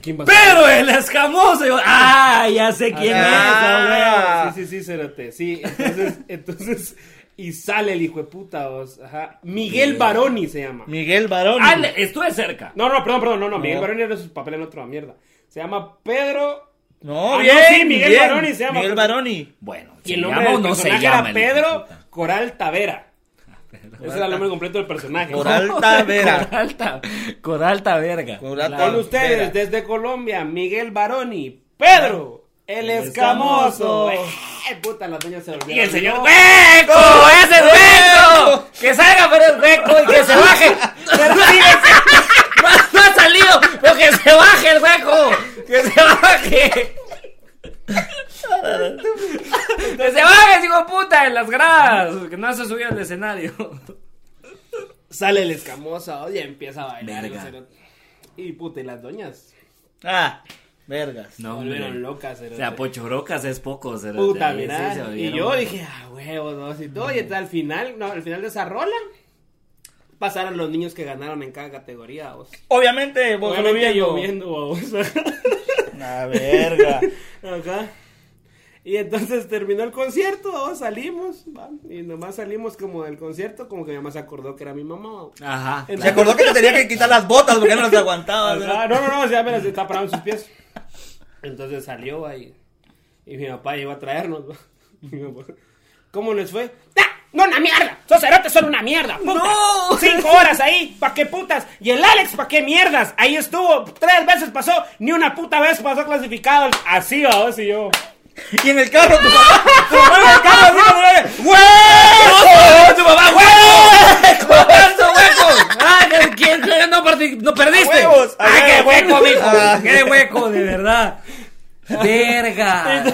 Speaker 2: ¿Quién va a ser?
Speaker 1: Pero el escamoso. yo, ah, ya sé quién
Speaker 3: Ah.
Speaker 2: Sí, sí, sí, Cerote. Sí, entonces, entonces. Y sale el hijo de puta, vos. Ajá. Miguel Baroni se llama.
Speaker 3: Miguel Barón.
Speaker 1: es. Ah, le- estuve cerca.
Speaker 2: No, no, perdón, perdón, no, no. Miguel
Speaker 3: No.
Speaker 2: Baroni era sus papeles en otra mierda. Se llama Pedro. Ah,
Speaker 3: No,
Speaker 2: no,
Speaker 3: bien.
Speaker 2: sí, Miguel
Speaker 3: bien.
Speaker 2: Baroni se llama.
Speaker 3: Miguel Baroni.
Speaker 1: Bueno,
Speaker 2: Y
Speaker 1: ¿se
Speaker 2: el
Speaker 1: llama
Speaker 2: nombre
Speaker 1: o
Speaker 2: del
Speaker 1: no se
Speaker 2: personaje
Speaker 1: llama
Speaker 2: era
Speaker 1: el
Speaker 2: Pedro
Speaker 1: puta? Ah,
Speaker 2: Coral Tavera. Ese era el nombre completo del personaje.
Speaker 3: Coral Tavera.
Speaker 1: Coralta, Coralta verga.
Speaker 3: Coral
Speaker 2: Con
Speaker 3: Tavera.
Speaker 2: ustedes, desde Colombia, Miguel Baroni, Pedro, el escamoso.
Speaker 3: escamoso.
Speaker 2: Eh, puta, la doña se olvidó.
Speaker 1: Y el señor ¡Hueco! ¡Ese es hueco! ¡Que salga pero el hueco y que se baje! Pero sí, ese- no, no ha salido! ¡Pero que se baje el hueco! ¡Que se baje! ¡Que se baje, hijo de puta! En las gradas. Que no se subió al escenario.
Speaker 2: Sale el escamoso y empieza a bailar.
Speaker 1: Verga.
Speaker 2: cero. Y puta, y las doñas.
Speaker 3: Ah, vergas.
Speaker 2: se
Speaker 1: No,
Speaker 2: volvieron locas. cero.
Speaker 1: O sea, pochorocas es poco. cero.
Speaker 2: puta,
Speaker 1: Sí,
Speaker 2: mira.
Speaker 1: se
Speaker 2: y
Speaker 1: volvieron
Speaker 2: yo
Speaker 1: locas.
Speaker 2: dije, ah, huevos, no, si todo. Y entonces al final, no, al final de esa rola, pasaron los niños que ganaron en cada categoría. Vos.
Speaker 3: Obviamente, vos lo
Speaker 2: Obviamente
Speaker 3: vi yo.
Speaker 2: lloviendo, vos.
Speaker 3: La verga.
Speaker 2: Ajá. Y entonces terminó el concierto, ¿no? salimos, ¿va? y nomás salimos como del concierto, como que mi mamá se acordó que era mi mamá. ¿va?
Speaker 1: Ajá.
Speaker 3: Se acordó que te tenía que quitar las botas porque no las aguantaba.
Speaker 2: Ajá, Ah, No, no, no, ya me las está parando sus pies. Entonces salió ahí, y mi papá llegó a traernos. ¿va? Mi papá, ¿Cómo les fue? ¡Ta! ¡No, una mierda! ¡Sos cerotes son una mierda! ¡Puta!
Speaker 1: ¡No!
Speaker 2: Cinco horas ahí, ¿pa' qué putas? Y el Alex, ¿pa' qué mierdas? Ahí estuvo, tres veces pasó, ni una puta vez pasó clasificado. Así va, vos y yo.
Speaker 3: Y en el carro, tu mamá, tu mamá en el carro, así como, ¡Hueco!
Speaker 1: ¡Tu mamá, hueco! Rick, no perdiste.
Speaker 3: ¡A huevos! ¡A
Speaker 1: ¡Ah, qué
Speaker 3: huevos!
Speaker 1: hueco, mijo!
Speaker 3: Ah.
Speaker 1: ¡Qué hueco, de verdad! Verga.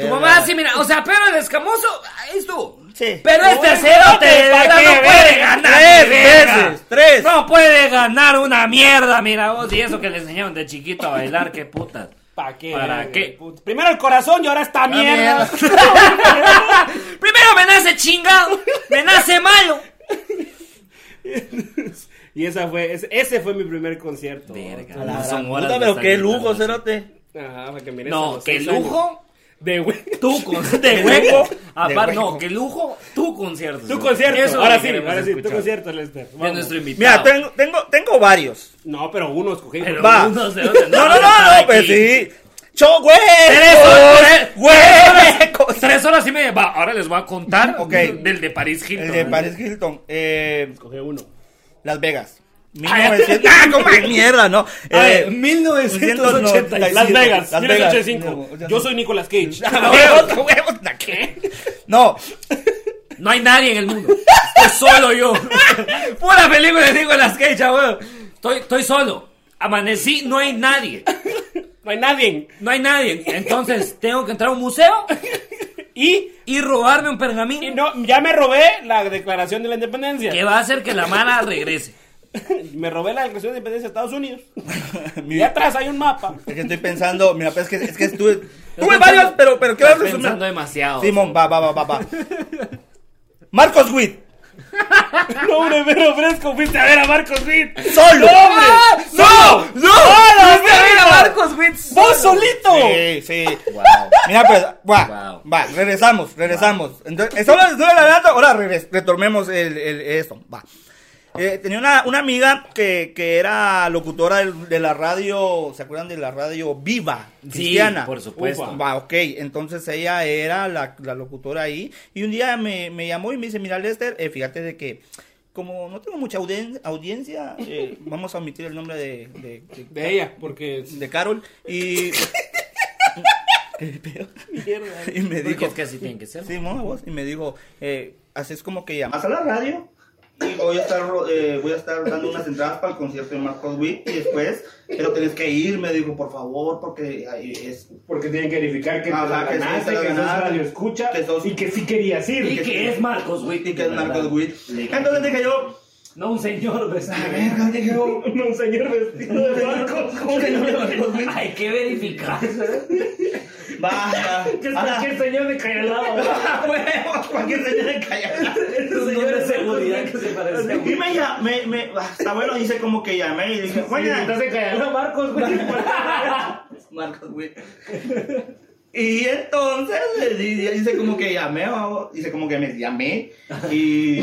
Speaker 1: Tu mamá sí, mira, o sea, pero el escamoso, ahí estuvo.
Speaker 3: Sí.
Speaker 1: Pero este acero te de
Speaker 2: ¿pa'
Speaker 1: verdad
Speaker 2: qué,
Speaker 1: no puede
Speaker 2: verga?
Speaker 1: ganar.
Speaker 3: Tres
Speaker 1: verga.
Speaker 3: veces, tres.
Speaker 1: No puede ganar una mierda, mira vos. Y eso que le enseñaron de chiquito a bailar, qué putas.
Speaker 2: ¿Para qué?
Speaker 1: ¿Para qué?
Speaker 2: Puta. Primero el corazón y ahora esta mierda.
Speaker 1: Primero me nace chingado, me nace malo.
Speaker 2: y esa fue, ese, ese fue mi primer concierto.
Speaker 1: Verga.
Speaker 3: A la
Speaker 1: No
Speaker 3: gran
Speaker 1: son
Speaker 3: puta,
Speaker 1: horas de
Speaker 3: pero
Speaker 1: estar
Speaker 3: qué lujo,
Speaker 1: gritando.
Speaker 3: cerote.
Speaker 2: Ajá, para que mires a
Speaker 1: No,
Speaker 2: los
Speaker 1: qué
Speaker 2: seis años.
Speaker 1: lujo.
Speaker 2: De güey.
Speaker 1: Tu con de
Speaker 3: De
Speaker 1: hueco.
Speaker 3: hueco.
Speaker 1: Aparte,
Speaker 3: De hueco.
Speaker 1: no, qué lujo, tu concierto.
Speaker 2: Tu concierto.
Speaker 1: Eso
Speaker 2: ahora
Speaker 1: lo
Speaker 2: sí,
Speaker 1: queremos
Speaker 2: ahora sí, tu
Speaker 1: escuchar.
Speaker 2: concierto, Lester.
Speaker 1: De
Speaker 2: Vamos.
Speaker 1: nuestro
Speaker 3: Mira,
Speaker 1: invitado.
Speaker 3: tengo, tengo, tengo varios.
Speaker 2: No, pero uno escogí.
Speaker 1: Pero
Speaker 3: Va.
Speaker 1: unos de otros,
Speaker 3: No, no,
Speaker 1: van a
Speaker 3: no,
Speaker 1: estar
Speaker 3: no, pues
Speaker 1: aquí.
Speaker 3: sí. Cho, güey.
Speaker 1: Tres horas,
Speaker 3: Huecos.
Speaker 1: Tres horas y media. Va, ahora les voy a contar
Speaker 3: Ok.
Speaker 1: del de París Hilton.
Speaker 3: El de Paris Hilton. Eh,
Speaker 2: Escogí uno.
Speaker 3: Las Vegas.
Speaker 1: Ah,
Speaker 3: 1900. ¡Ah, como mierda! No.
Speaker 1: A ver,
Speaker 3: Eh,
Speaker 1: 1985.
Speaker 2: Las
Speaker 3: Sí,
Speaker 2: Vegas,
Speaker 3: Las
Speaker 2: 1985.
Speaker 3: Vegas.
Speaker 2: Yo soy Nicolas Cage.
Speaker 3: Ah, huevos, huevos, ¿a qué? No,
Speaker 1: No hay nadie en el mundo. Estoy solo yo. Pura película de Nicolas Cage, weón. Estoy, estoy solo. Amanecí, no hay nadie.
Speaker 2: No hay nadie.
Speaker 1: No hay nadie. Entonces, tengo que entrar a un museo
Speaker 2: Y,
Speaker 1: y robarme un pergamino
Speaker 2: y no, ya me robé la declaración de la independencia.
Speaker 1: que va a hacer que la mala regrese.
Speaker 2: Me robé la declaración de independencia de Estados Unidos. Y atrás hay un mapa.
Speaker 3: es que estoy pensando. Mira, pues es que, es que estuve. Tuve
Speaker 1: pensando-
Speaker 3: varios, pero, pero quiero
Speaker 1: Estás
Speaker 3: resumir.
Speaker 1: pensando demasiado.
Speaker 3: Simón, va, va, va, va, va. Marcos Witt.
Speaker 2: No, hombre, pero fresco, fuiste a ver a Marcos Witt.
Speaker 3: ¡Solo!
Speaker 1: ¡Ah! ¡No!
Speaker 3: ¡No! ¡No!
Speaker 1: ¡Fuiste a ver a Marcos Witt
Speaker 2: ¡Vos
Speaker 1: solo!
Speaker 2: solito!
Speaker 3: Sí, sí. Mira, pues, va,
Speaker 1: Wow.
Speaker 3: va, regresamos, regresamos. Entonces, estamos en la hablando, ahora regres- retomemos el, el- esto, va. Eh, tenía una, una amiga que, que era locutora del- de la radio, ¿se acuerdan de la radio Viva? Cristiana.
Speaker 1: por supuesto.
Speaker 3: Va, ok, entonces ella era la, la locutora ahí y un día me, me llamó y me dice, mira Lester, eh, fíjate de que como no tengo mucha audien- audiencia, eh, vamos a omitir el nombre de- de- de
Speaker 2: De ella, porque.
Speaker 3: de Carol y
Speaker 2: Mierda.
Speaker 3: y me
Speaker 1: Porque
Speaker 3: dijo
Speaker 1: es que así tienen que ser.
Speaker 3: sí mo, vos, y me dijo eh, así es como que llamas a la radio y voy a estar ro- eh, voy a estar dando unas entradas para el concierto de Marcos Witt y después pero tenés que ir me dijo por favor porque ahí es
Speaker 2: Porque tienen que verificar que
Speaker 3: Ajá,
Speaker 2: te la
Speaker 3: que sí,
Speaker 2: ganaste,
Speaker 3: te la
Speaker 2: que sos
Speaker 3: ganaste,
Speaker 2: radio escucha
Speaker 3: que sos-
Speaker 2: y que sí querías ir.
Speaker 1: Y que es Marcos Witt.
Speaker 3: y que es Marcos Witt
Speaker 1: Legal.
Speaker 3: entonces dije yo
Speaker 1: No un señor pues,
Speaker 3: a
Speaker 1: vestido.
Speaker 3: ver dije yo
Speaker 2: No, un señor vestido de Marcos.
Speaker 3: ¿cómo que no es Marcos Witt?
Speaker 1: Hay que verificar.
Speaker 3: Baja.
Speaker 2: Que es
Speaker 3: Ahora,
Speaker 2: cualquier señor de Cayalado.
Speaker 1: Ah,
Speaker 3: Cualquier señor de Cayala.
Speaker 1: señor de seguridad que se parece a
Speaker 3: Y me llamé, me, me, hasta bueno, dice como que llamé y dije,
Speaker 2: Oye,
Speaker 3: bueno,
Speaker 2: estás en Cayalado, Marcos, güey.
Speaker 3: Marcos, güey. Y entonces le di- dice como que llamé, o- dice como que me llamé y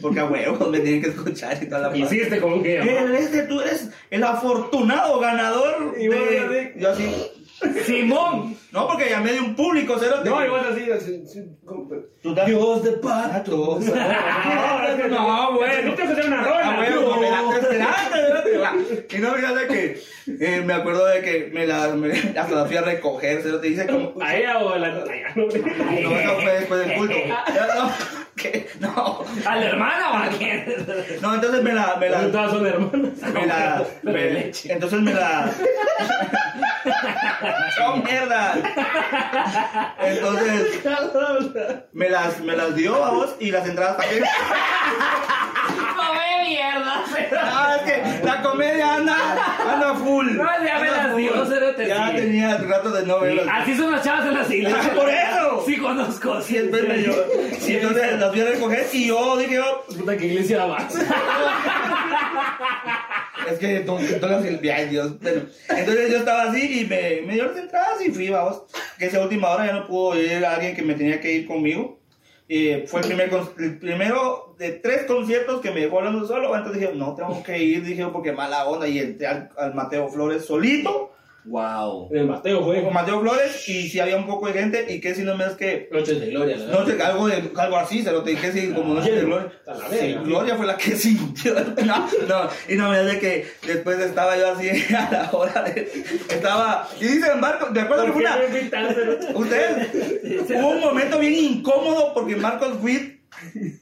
Speaker 3: porque a huevos me tienen que escuchar y toda la mierda.
Speaker 2: Hiciste como que llamó.
Speaker 3: Él es de- tú eres el afortunado ganador.
Speaker 2: Y vos
Speaker 3: de-
Speaker 2: así.
Speaker 3: Yo así.
Speaker 1: Simón.
Speaker 3: No, porque llamé de un público, cero.
Speaker 2: No, igual así, así, así, como-
Speaker 3: Tú da- Ah,
Speaker 2: Dios de paz.
Speaker 3: Patos.
Speaker 2: No, bueno. Te hacer una
Speaker 3: Ah,
Speaker 2: rola.
Speaker 3: bueno,
Speaker 2: No.
Speaker 3: me la- espérate, espérate, va. Y no, fíjate que eh, me acuerdo de que me la, me, hasta la fui a recoger, se lo te dice como.
Speaker 2: ¿A ella o a la a ella, no,
Speaker 3: No, eso fue después del culto. No, no, que- no.
Speaker 1: ¿A la hermana o a quién?
Speaker 3: No, entonces me la. Me la,
Speaker 2: Todas son hermanas.
Speaker 3: me la-
Speaker 1: Pero de
Speaker 3: me-
Speaker 1: leche.
Speaker 3: entonces me la. ¡Oh, mierda! Entonces. Me las, me las dio a vos y las entradas también.
Speaker 1: Come mierda.
Speaker 3: Ah, es que la comedia anda, anda full.
Speaker 1: No, ya me
Speaker 3: Anda
Speaker 1: las dio,
Speaker 3: full.
Speaker 1: cerote,
Speaker 3: Ya
Speaker 1: sí. Ah,
Speaker 3: tenía rato de no verlas.
Speaker 1: Así son las chavas en las iglesias.
Speaker 3: ¡Por eso!
Speaker 1: Sí conozco.
Speaker 3: Y entonces me dio- y entonces las fui a recoger y yo dije, yo,
Speaker 2: Puta que iglesia va.
Speaker 3: es que entonces el viaje, Dios. Bueno, entonces yo estaba así y me, me dio las entradas y fui, vamos. Que esa última hora ya no pudo ir alguien que me tenía que ir conmigo. Eh, fue el, primer, con- el primero de tres conciertos que me dejó hablando solo. Entonces dije, no, tengo que ir, dije, porque mala onda. Y entré al- al Mateo Flores solito.
Speaker 1: Wow.
Speaker 2: En el Mateo, güey.
Speaker 3: con Mateo Flores y si había un poco de gente y que si no me es que
Speaker 2: Noches de gloria, la
Speaker 3: no sé, algo de algo así se lo dije que si como no sé de gloria
Speaker 2: A la
Speaker 3: Sí,
Speaker 2: verga.
Speaker 3: Gloria fue la que sintió no, no y no me hace que después estaba yo así a la hora de estaba y dicen Marcos de acuerdo que
Speaker 2: ¿Por
Speaker 3: fue
Speaker 2: qué
Speaker 3: una
Speaker 2: me invitaste?
Speaker 3: ustedes hubo un momento bien incómodo porque Marcos Witt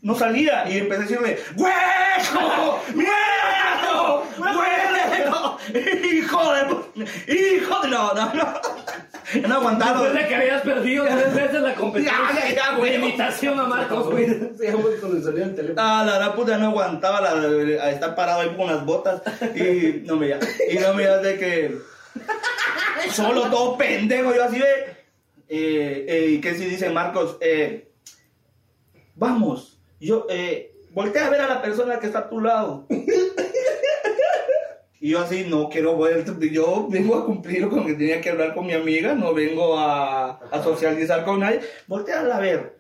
Speaker 3: no salía y empecé a decirle ¡Hueco! ¡Mierda! ¡Hueco! ¡Hijo de... pu- ¡Hijo de... No, no, no. Ya No aguantaron.
Speaker 1: Después de que habías perdido tres veces la competencia.
Speaker 3: Ya, ya, ya,
Speaker 1: De
Speaker 3: güey.
Speaker 1: imitación a Marcos, güey.
Speaker 4: Sigamos con el sonido del teléfono.
Speaker 3: Ah, la gran puta no aguantaba la, a estar parado ahí con las botas. Y no me ya. Y no me ya de que. Solo todo pendejo. Yo así de. Eh, eh, ¿Y qué si dice Marcos? Eh, vamos. Yo. Eh, voltea a ver a la persona que está a tu lado. Y yo así, no quiero ver, yo vengo a cumplir con que tenía que hablar con mi amiga, no vengo a, a socializar con nadie. Volteala a ver,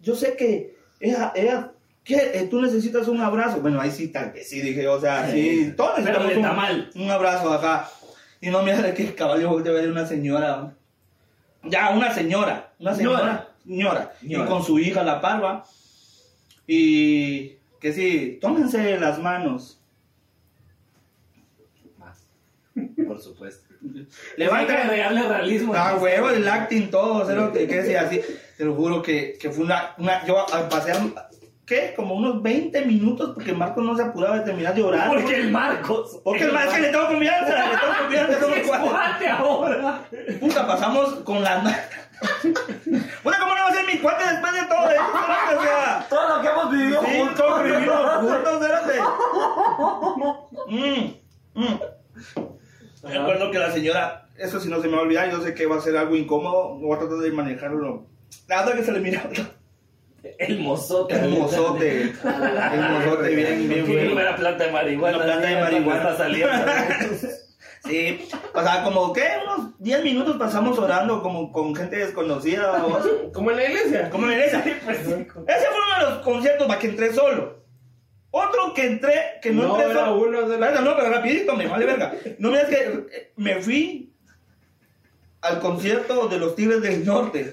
Speaker 3: yo sé que ella, ella, ¿qué? Eh, tú necesitas un abrazo. Bueno, ahí sí, tal vez sí, dije, o sea, sí, todos
Speaker 1: Pero
Speaker 3: necesitamos
Speaker 1: de
Speaker 3: un,
Speaker 1: tamal.
Speaker 3: un abrazo acá. Y no mira que el caballo voltea a ver una señora. Ya, una señora, una señora, señora,
Speaker 1: Ñora.
Speaker 3: y con su hija la parva. Y que sí, tómense las manos.
Speaker 1: Más. Por supuesto. Hay que
Speaker 3: Levanten,
Speaker 1: agregarle realismo.
Speaker 3: Ah, huevo, el acting, todo, o sea, lo que, que sea, así. Te lo juro que, que fue una, una- Yo a- pasé, a- ¿qué? Como unos 20 minutos porque Marco no se apuraba de terminar de
Speaker 2: Ah,
Speaker 3: orar.
Speaker 1: Porque el Marcos.
Speaker 3: Porque el más que le tengo confianza, le tengo confianza, le tengo
Speaker 1: Es
Speaker 3: confianza.
Speaker 1: cuate ahora.
Speaker 3: Puta, pasamos con la. Bueno, ¿cómo no va a ser mi cuate después de todo esto? O sea,
Speaker 4: Todo lo que hemos vivido
Speaker 3: sí,
Speaker 4: juntos.
Speaker 3: todos vivimos juntos, espérate. Mm, mm. Me acuerdo que la señora, eso sí no se me va a olvidar, yo sé que va a ser algo incómodo, voy a tratar de manejarlo. Nada que se le mira
Speaker 1: El mozote.
Speaker 3: Hermosote, hermosote, bien, bien,
Speaker 1: Qué
Speaker 3: bueno.
Speaker 1: primera planta de marihuana.
Speaker 3: Una planta de
Speaker 1: mira, cuando
Speaker 3: marihuana.
Speaker 1: está saliendo.
Speaker 3: Sí, o sea, como que unos 10 minutos pasamos orando como con gente desconocida. o-
Speaker 4: Como en la iglesia.
Speaker 3: Como en esa. Ese fue uno de los conciertos para que entré solo. Otro que entré, que no,
Speaker 4: No
Speaker 3: entré
Speaker 4: era
Speaker 3: solo.
Speaker 4: uno, era-
Speaker 3: Verga, no, pero rapidito, me vale verga. No me que eh, me fui al concierto de los Tigres del Norte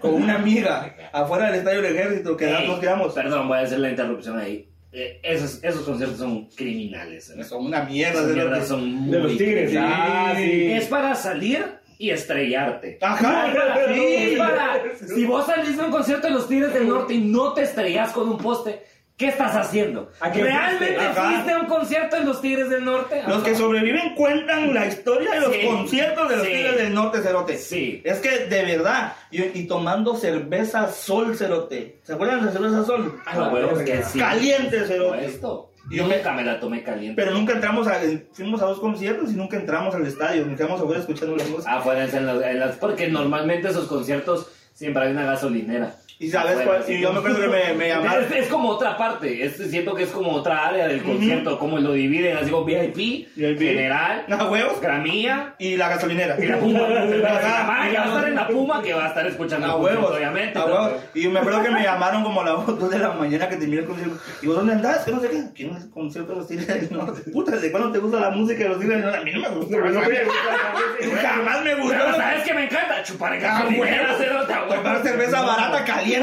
Speaker 3: con una amiga afuera del Estadio del Ejército que
Speaker 1: Ey,
Speaker 3: nos quedamos.
Speaker 1: Perdón, voy a hacer la interrupción ahí. Eh, esos, esos conciertos son criminales. ¿eh?
Speaker 3: Son una mierda.
Speaker 1: Esas
Speaker 3: de lo
Speaker 1: mierdas
Speaker 3: que-
Speaker 1: son muy
Speaker 2: De los tigres.
Speaker 1: criminales.
Speaker 2: Ah, sí.
Speaker 1: Es para salir y estrellarte.
Speaker 3: Ajá,
Speaker 1: Es para-
Speaker 3: sí.
Speaker 1: es para- si vos salís a un concierto de los Tigres del Norte y no te estrellas con un poste, ¿qué estás haciendo?
Speaker 2: ¿A qué
Speaker 1: ¿Realmente
Speaker 3: fuiste? Ajá.
Speaker 1: fuiste a un concierto de los Tigres del Norte? Ah,
Speaker 3: Los que sobreviven cuentan la historia de los
Speaker 1: Sí.
Speaker 3: conciertos de los
Speaker 1: Sí.
Speaker 3: Tigres del Norte, Cerote.
Speaker 1: Sí.
Speaker 3: Es que de verdad, y, y tomando cerveza sol, Cerote. ¿Se acuerdan de la cerveza sol?
Speaker 1: Ah, no, huevos que sí.
Speaker 3: Caliente, Cerote.
Speaker 1: Esto. Yo
Speaker 3: Yo
Speaker 1: nunca me la tomé caliente.
Speaker 3: Pero nunca entramos a. Fuimos a dos conciertos y nunca entramos al estadio. Nos quedamos afuera escuchando la música.
Speaker 1: Ah, fuera es en las, en las- Porque normalmente esos conciertos siempre hay una gasolinera.
Speaker 3: Y sabes
Speaker 1: Afuera,
Speaker 3: cuál-
Speaker 1: así
Speaker 3: y yo me acuerdo que me, me llamaron.
Speaker 1: Es, es como otra parte, es, siento que es como otra área del concierto, como lo dividen, así como VIP,
Speaker 3: VIP.
Speaker 1: general,
Speaker 3: No, huevos.
Speaker 1: gramía
Speaker 3: Y la gasolinera.
Speaker 1: y la puma. Y la
Speaker 3: Ajá.
Speaker 1: Puma, que va a estar en la puma que va a estar escuchando
Speaker 3: Ah, A
Speaker 1: el concierto,
Speaker 3: huevos,
Speaker 1: obviamente.
Speaker 3: a
Speaker 1: ¿no?
Speaker 3: huevos. Y me acuerdo que me llamaron como a las 2 de la mañana que terminé el concierto. Y vos, ¿dónde andás? Que no sé qué. ¿Quién es el concierto de los Tigres del Norte? Puta, ¿desde cuándo te gusta la música de los Tigres del Norte? A mí no me gusta.
Speaker 4: No
Speaker 3: güey.
Speaker 4: me gusta.
Speaker 3: Jamás me gustó.
Speaker 1: Pero sabes que me encanta chupar en
Speaker 3: Ah,
Speaker 1: gasolinera,
Speaker 3: huevos.
Speaker 1: cerote, a huevos.
Speaker 3: Tomar cerveza barata caliente. güey.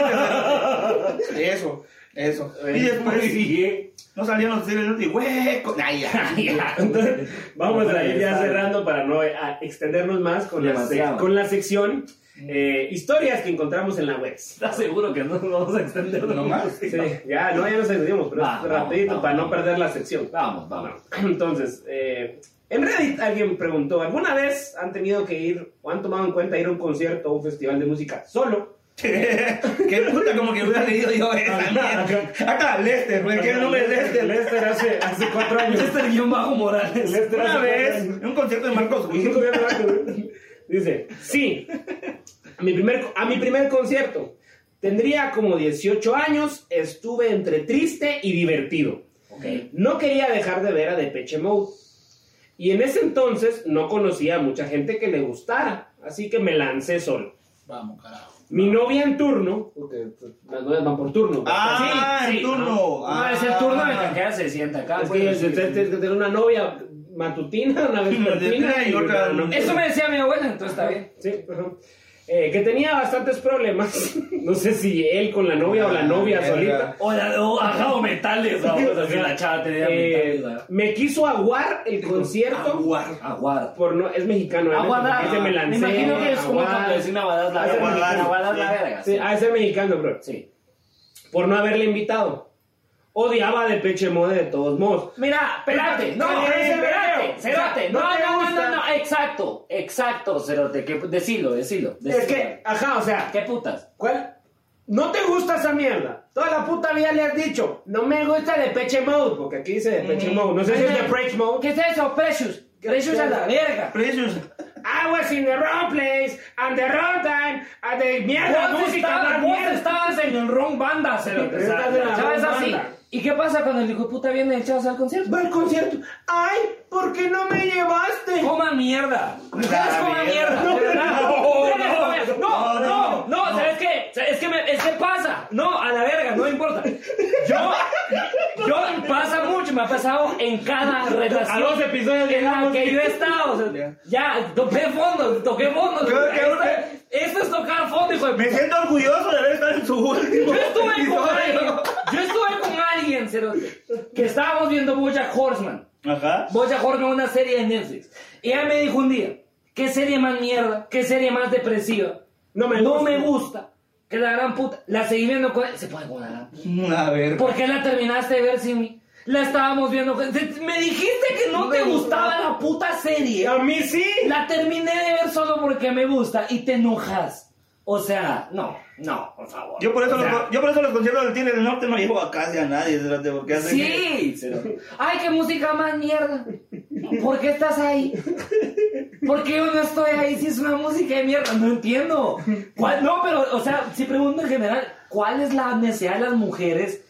Speaker 3: Eso, eso. Y después
Speaker 1: Sí.
Speaker 3: no salían los Tigres del Norte y güey, co- ay, ya.
Speaker 1: Entonces,
Speaker 2: Vamos a ir ya
Speaker 1: Está bien.
Speaker 2: cerrando para no eh, a extendernos más con, la,
Speaker 1: Demasiado.
Speaker 2: sec- con la sección eh, historias que encontramos en la web.
Speaker 1: ¿Estás seguro que no nos vamos a extender
Speaker 3: No más.
Speaker 2: Sí, ya, no, ya nos entendimos, pero
Speaker 1: Va,
Speaker 2: es rapidito
Speaker 1: vamos,
Speaker 2: para
Speaker 1: vamos.
Speaker 2: no perder la sección.
Speaker 1: Vamos, vamos.
Speaker 2: Entonces, eh, en Reddit alguien preguntó, ¿alguna vez han tenido que ir o han tomado en cuenta ir a un concierto o un festival de música solo?
Speaker 3: Qué puta, como que hubiera leído yo esa mierda. Acá, Lester, güey, ¿qué nombre es Lester?
Speaker 2: Lester hace, hace cuatro años.
Speaker 1: Este guión bajo Morales.
Speaker 2: Lester
Speaker 3: Una
Speaker 2: hace cuatro
Speaker 3: vez,
Speaker 2: años.
Speaker 3: en un concierto de Marcos Witt.
Speaker 2: Dice, sí, a mi, primer, a mi primer concierto. Tendría como 18 años, estuve entre triste y divertido.
Speaker 1: Ok.
Speaker 2: No quería dejar de ver a Depeche Mode. Y en ese entonces no conocía a mucha gente que le gustara, así que me lancé solo.
Speaker 4: Vamos, carajo.
Speaker 2: Mi novia en turno, porque pues, las novias van por turno.
Speaker 3: Ah,
Speaker 1: Sí,
Speaker 3: en
Speaker 1: sí.
Speaker 3: turno.
Speaker 1: No,
Speaker 3: Ah.
Speaker 1: es el turno de que acá se sienta acá.
Speaker 2: es que
Speaker 1: pues.
Speaker 2: tienes que tener una novia matutina, una vespertina
Speaker 3: Y otra
Speaker 2: una
Speaker 3: no.
Speaker 1: Eso me decía mi abuela, entonces está bien.
Speaker 2: Sí, ajá. Eh, que tenía bastantes problemas. No sé si él con la novia o la novia
Speaker 3: Ah,
Speaker 2: solita.
Speaker 1: O, la, o ajá, o metales, ¿no? O sea, que la chava tenía
Speaker 2: Eh,
Speaker 1: metales. ¿no?
Speaker 2: me quiso aguar el concierto.
Speaker 3: Aguar.
Speaker 1: Aguarda.
Speaker 2: Por no, es mexicano, ¿eh?
Speaker 1: Aguarda.
Speaker 2: Ese me
Speaker 1: me
Speaker 2: lancé.
Speaker 1: imagino que es como
Speaker 2: aguar.
Speaker 1: cuando decís aguardas la
Speaker 2: Ah,
Speaker 1: verga.
Speaker 3: aguardar,
Speaker 1: Aguardas
Speaker 3: sí.
Speaker 1: la verga.
Speaker 2: Sí,
Speaker 1: Sí.
Speaker 2: ah, ese es mexicano, bro.
Speaker 1: Sí.
Speaker 2: Por no haberle invitado.
Speaker 4: odiaba de Pechemode de todos modos.
Speaker 1: Mira, espérate, no,
Speaker 4: Cállate,
Speaker 1: espérate,
Speaker 4: pero,
Speaker 1: espérate, no,
Speaker 4: o
Speaker 1: no,
Speaker 4: sea, no te
Speaker 1: no, no,
Speaker 4: gusta.
Speaker 1: no, exacto, exacto, cerote, que decilo, decilo, decilo.
Speaker 4: Es que, ajá, o sea,
Speaker 1: ¿Qué putas?
Speaker 4: ¿cuál? No te gusta esa mierda. Toda la puta vida le has dicho, no me gusta de Peche Mode, porque aquí dice de Peche Mode. No sé si es de Preach Mode.
Speaker 1: ¿Qué es eso, Precious? Precious a la verga.
Speaker 3: Precious.
Speaker 4: I was in the wrong place, and the wrong time, and the mierda,
Speaker 1: Vos
Speaker 4: música,
Speaker 1: estabas-
Speaker 4: la
Speaker 1: vos
Speaker 4: mierda.
Speaker 1: estabas en el wrong banda, cerote,
Speaker 4: Estás
Speaker 1: ¿sabes?
Speaker 4: en la
Speaker 1: ¿Sabes
Speaker 4: wrong
Speaker 1: así?
Speaker 4: banda.
Speaker 1: ¿Y qué pasa cuando el hijo de puta viene echados al concierto?
Speaker 4: Va al concierto. ¡Ay! ¿Por qué no me llevaste?
Speaker 1: Coma mierda. Ustedes coman mierda.
Speaker 3: mierda.
Speaker 1: de verdad. Ustedes
Speaker 4: no,
Speaker 1: coman- No, no, no, ¿sabes qué? O sea, Es que, me, es que pasa. No, a la verga, no importa. Yo, yo pasa mucho, me ha pasado en cada relación.
Speaker 4: A dos
Speaker 1: en
Speaker 4: episodios
Speaker 1: la
Speaker 4: llegamos.
Speaker 1: que yo he estado. o sea, ya, toqué fondo, toqué fondo.
Speaker 3: Creo que
Speaker 1: Esto-
Speaker 3: usted-
Speaker 1: Esto es tocar fondo, hijo de
Speaker 3: Me siento orgulloso de haber estado en su último.
Speaker 1: yo estuve con alguien,
Speaker 3: episodio.
Speaker 1: yo estuve con alguien, cerote, que estábamos viendo Bojack Horseman.
Speaker 3: Ajá.
Speaker 1: Bojack Horseman, una serie de Netflix. Y ella me dijo un día, qué serie más mierda, qué serie más depresiva.
Speaker 4: No me
Speaker 1: No
Speaker 4: gusta.
Speaker 1: me gusta. Que la gran puta, la seguí viendo con... Se puede con la gran puta.
Speaker 3: A ver.
Speaker 1: ¿Por qué la terminaste de ver sin mí? La estábamos viendo con... te- Me dijiste que no te gustaba la puta serie.
Speaker 4: A mí sí.
Speaker 1: La terminé de ver solo porque me gusta y te enojas. O sea, no, no, por favor.
Speaker 3: Yo por, eso
Speaker 1: O sea,
Speaker 3: los, yo por eso los conciertos del Tigre del Norte no llevo a casi a nadie, espérate, porque hacen que-
Speaker 1: Sí. Ay, qué música más mierda. ¿Por qué estás ahí? ¿Por qué yo no estoy ahí si es una música de mierda? No entiendo. ¿Cuál- No, pero, o sea, si pregunto en general, ¿cuál es la necesidad de las mujeres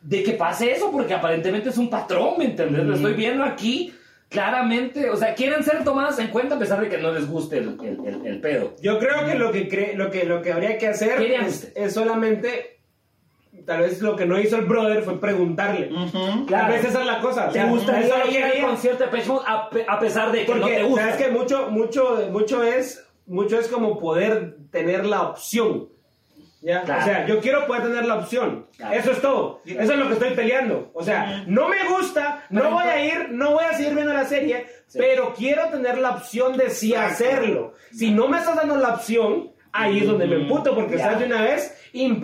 Speaker 1: de que pase eso? Porque aparentemente es un patrón, ¿me entiendes? Lo estoy viendo aquí claramente. O sea, quieren ser tomadas en cuenta a pesar de que no les guste el, el- el- el pedo.
Speaker 4: Yo creo que lo que, cre- lo que, lo que habría que hacer
Speaker 1: ¿Qué harían
Speaker 4: es,
Speaker 1: ustedes?
Speaker 4: es solamente. Tal vez lo que no hizo el brother fue preguntarle.
Speaker 3: Ujú.
Speaker 4: Tal vez esa es la cosa. o
Speaker 1: Mm. ¿Te
Speaker 4: sea, eso es
Speaker 1: gustaría
Speaker 4: lo que
Speaker 1: ir al
Speaker 4: haría.
Speaker 1: concierto de Pech Mode a, pe- a pesar de que no
Speaker 4: Porque
Speaker 1: te gusta?
Speaker 4: sabes que mucho, mucho, mucho es, mucho es como poder tener la opción. ¿Ya?
Speaker 1: Claro.
Speaker 4: O sea, yo quiero poder tener la opción.
Speaker 1: Claro.
Speaker 4: Eso es todo. Eso es lo que estoy peleando. O sea, no me gusta,
Speaker 1: Pero
Speaker 4: no voy a
Speaker 1: entonces-
Speaker 4: ir, no voy a seguir viendo la serie,
Speaker 1: Sí.
Speaker 4: pero quiero tener la opción de sí hacerlo. Si no me estás dando la opción, ahí es donde me emputo, porque
Speaker 1: Ya.
Speaker 4: estás de una vez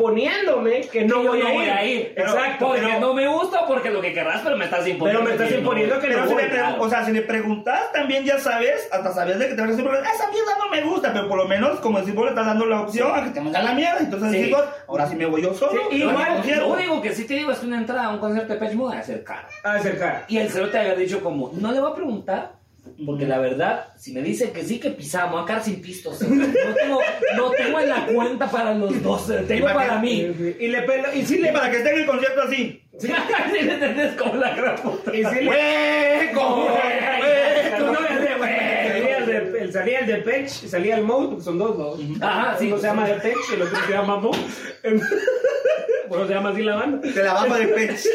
Speaker 4: imponiéndome que no,
Speaker 1: yo
Speaker 4: voy,
Speaker 1: no
Speaker 4: a ir.
Speaker 1: voy a ir.
Speaker 4: Exacto.
Speaker 1: Porque
Speaker 4: pero-
Speaker 1: no me gusta, porque lo que querrás, pero me estás imponiendo.
Speaker 4: Pero me estás
Speaker 1: que yo
Speaker 4: imponiendo
Speaker 1: voy.
Speaker 4: que
Speaker 3: Pero
Speaker 4: no
Speaker 3: si
Speaker 4: voy,
Speaker 3: le pregun-
Speaker 1: claro.
Speaker 3: o sea, si le preguntas, también ya sabes, hasta sabías de que te van a decir, esa mierda no me gusta, pero por lo menos, como decís, vos le estás dando la opción a que te mandan la mierda. Entonces,
Speaker 1: Sí.
Speaker 3: chicos, ahora sí me voy yo solo.
Speaker 4: Sí,
Speaker 1: Lo
Speaker 4: igual,
Speaker 1: único-
Speaker 3: Al concierto.
Speaker 1: lo único que sí te digo es que una entrada a un concierto de Pech Mode es ser cara.
Speaker 4: acercar.
Speaker 1: Y el cerote había dicho como, no le voy a preguntar, porque la verdad, si me dice que sí, que pisamos, acá sin pistos. No tengo, no tengo en la cuenta para los dos, eh, tengo
Speaker 3: para
Speaker 1: para
Speaker 3: qué?
Speaker 1: mí.
Speaker 4: Y le pelo, y sí
Speaker 3: Y
Speaker 4: le
Speaker 3: para que esté en el concierto así.
Speaker 1: Sí, le entendés como la gran puta.
Speaker 4: Y sí le-
Speaker 3: ¡Hueco!
Speaker 4: Tú no eres de- Salía el de- el- Salía el de Pech, salía el Mode, porque son dos, ¿no?
Speaker 1: Ajá, sí.
Speaker 4: Uno se llama de Pech y el otro se llama Mo. Bueno, se llama así la banda.
Speaker 3: Te la bajo de pecho.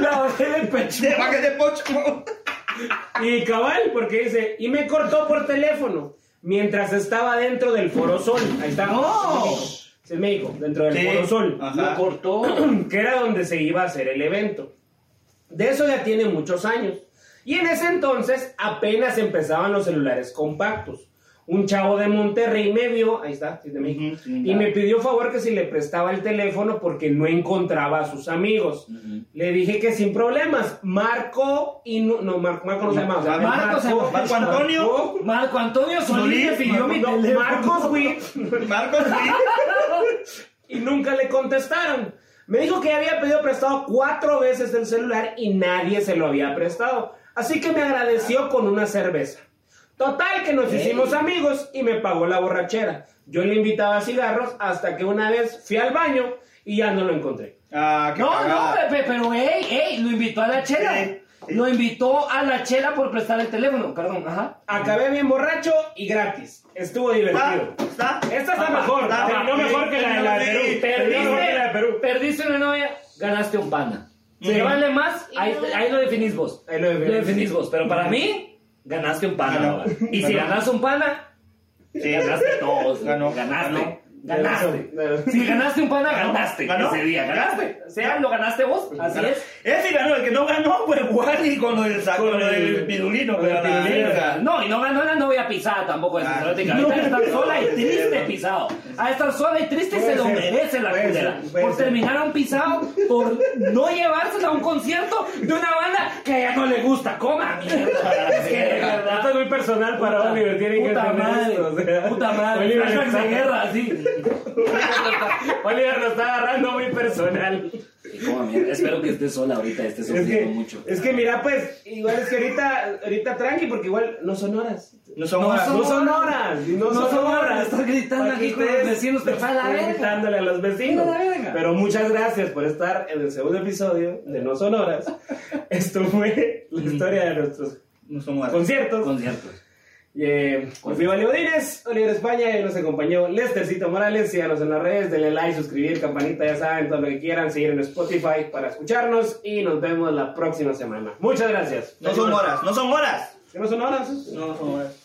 Speaker 1: La bajé de Pech
Speaker 3: Te bajé de pocho.
Speaker 4: Y cabal, porque dice, y me cortó por teléfono mientras estaba dentro del Foro Sol. Ahí está.
Speaker 1: ¡No!
Speaker 4: Es México, dentro del
Speaker 3: Sí.
Speaker 4: Foro Sol.
Speaker 3: Ajá.
Speaker 1: Lo cortó.
Speaker 4: que era donde se iba a hacer el evento. De eso ya tiene muchos años. Y en ese entonces apenas empezaban los celulares compactos. Un chavo de Monterrey me vio, ahí está, sí, de México,
Speaker 3: Ujú, sí,
Speaker 4: y
Speaker 3: ya.
Speaker 4: me pidió favor que si le prestaba el teléfono porque no encontraba a sus amigos. Le dije que sin problemas, Marco y no, no, Marco, Marco no se llama, o sea,
Speaker 1: Marco se llama-
Speaker 3: Marco Antonio.
Speaker 4: Marco-
Speaker 1: Marco Antonio Solís
Speaker 3: Solís,
Speaker 1: me pidió mi
Speaker 4: no,
Speaker 1: teléfono.
Speaker 4: Marcos Witt
Speaker 3: Marcos, sí.
Speaker 4: y nunca le contestaron. Me dijo que había pedido prestado cuatro veces el celular y nadie se lo había prestado. Así que me agradeció con una cerveza. Total que nos
Speaker 1: Ey.
Speaker 4: hicimos amigos y me pagó la borrachera. Yo le invitaba cigarros hasta que una vez fui al baño y ya no lo encontré.
Speaker 3: Ah, qué
Speaker 1: No, no,
Speaker 3: cagada.
Speaker 1: Pepe, pero ey, ey, lo invitó a la chela.
Speaker 3: Sí, sí.
Speaker 1: Lo invitó a la chela por prestar el teléfono, perdón, ajá.
Speaker 4: Acabé bien borracho y gratis. Estuvo
Speaker 1: Ah.
Speaker 4: divertido.
Speaker 3: Está, está.
Speaker 4: Esta está
Speaker 3: Papá,
Speaker 4: mejor,
Speaker 3: está,
Speaker 4: terminó
Speaker 3: papá.
Speaker 4: mejor que la de la de
Speaker 3: Sí,
Speaker 4: Perú.
Speaker 3: terminó mejor
Speaker 4: que la de
Speaker 1: Perdiste,
Speaker 4: Perú.
Speaker 1: perdiste una novia, ganaste un pana. Se
Speaker 3: Ujú.
Speaker 1: vale más, ahí, ahí lo definís vos.
Speaker 4: Ahí lo definís.
Speaker 1: vos, pero para mí, ganaste un pana.
Speaker 3: Ganó.
Speaker 1: ahora. Y si
Speaker 3: Ganó.
Speaker 1: ganas un pana,
Speaker 3: Sí.
Speaker 1: ganaste todos.
Speaker 3: Ganó.
Speaker 1: Ganaste.
Speaker 3: Ganó.
Speaker 1: Ganaste.
Speaker 5: Del- del-
Speaker 1: Si ganaste un pana, ganaste
Speaker 3: ¿Ganó?
Speaker 1: ese día. Ganaste. Sea, lo ganaste vos. Así es.
Speaker 3: Ese ganó, el que no ganó, pues Wally con lo del saco, con lo del pirulino,
Speaker 4: con el
Speaker 3: pero la
Speaker 4: pirulino.
Speaker 3: verga.
Speaker 1: No, y no ganó la novia pisada tampoco de
Speaker 3: Ah,
Speaker 1: Centroamérica.
Speaker 3: no,
Speaker 1: Ahorita estar
Speaker 3: no,
Speaker 1: sola y
Speaker 3: no,
Speaker 1: triste
Speaker 3: no.
Speaker 1: pisado. A estar sola y triste
Speaker 3: Puede
Speaker 1: se lo
Speaker 3: ser,
Speaker 1: merece la
Speaker 3: puede
Speaker 1: culera.
Speaker 3: ser, puede
Speaker 1: Por
Speaker 3: ser.
Speaker 1: terminar a un pisado, por no llevársela a un concierto de una banda que a ella no le gusta. Coma, mierda. Es que de
Speaker 4: Esto
Speaker 1: verdad.
Speaker 4: es muy personal para Oliver, tienen que
Speaker 1: Puta
Speaker 4: entender
Speaker 1: madre,
Speaker 4: esto. o sea,
Speaker 1: puta madre,
Speaker 4: Oliver
Speaker 1: flashbacks de
Speaker 4: está-
Speaker 1: guerra, así.
Speaker 4: Oliver lo está agarrando muy personal.
Speaker 1: Coma, mierda, espero que esté sola ahorita, esté
Speaker 4: Es
Speaker 1: sufriendo
Speaker 4: que,
Speaker 1: mucho.
Speaker 4: es que mira, pues, igual es que ahorita, ahorita tranqui, porque igual no son horas.
Speaker 3: No son horas.
Speaker 4: No son horas, y no,
Speaker 1: No
Speaker 4: son,
Speaker 1: son horas,
Speaker 4: horas.
Speaker 1: estás gritando
Speaker 4: Para que
Speaker 1: aquí con los
Speaker 4: estés
Speaker 1: vecinos, te va la verga.
Speaker 4: Gritándole a los vecinos.
Speaker 1: Te va la verga.
Speaker 4: Pero muchas gracias por estar en el segundo episodio de No son horas. Esto fue la historia de nuestros
Speaker 3: No son guardas.
Speaker 4: conciertos.
Speaker 1: Conciertos.
Speaker 4: Y, eh, pues viva Leo Dines, Oliver España, y nos acompañó Lestercito Morales, síganos en las redes, denle like, suscribir, campanita, ya saben, todo lo que quieran, seguir en Spotify para escucharnos y nos vemos la próxima semana. Muchas gracias.
Speaker 3: No son horas, no son horas.
Speaker 4: ¿Que no son horas?
Speaker 3: No, no son horas.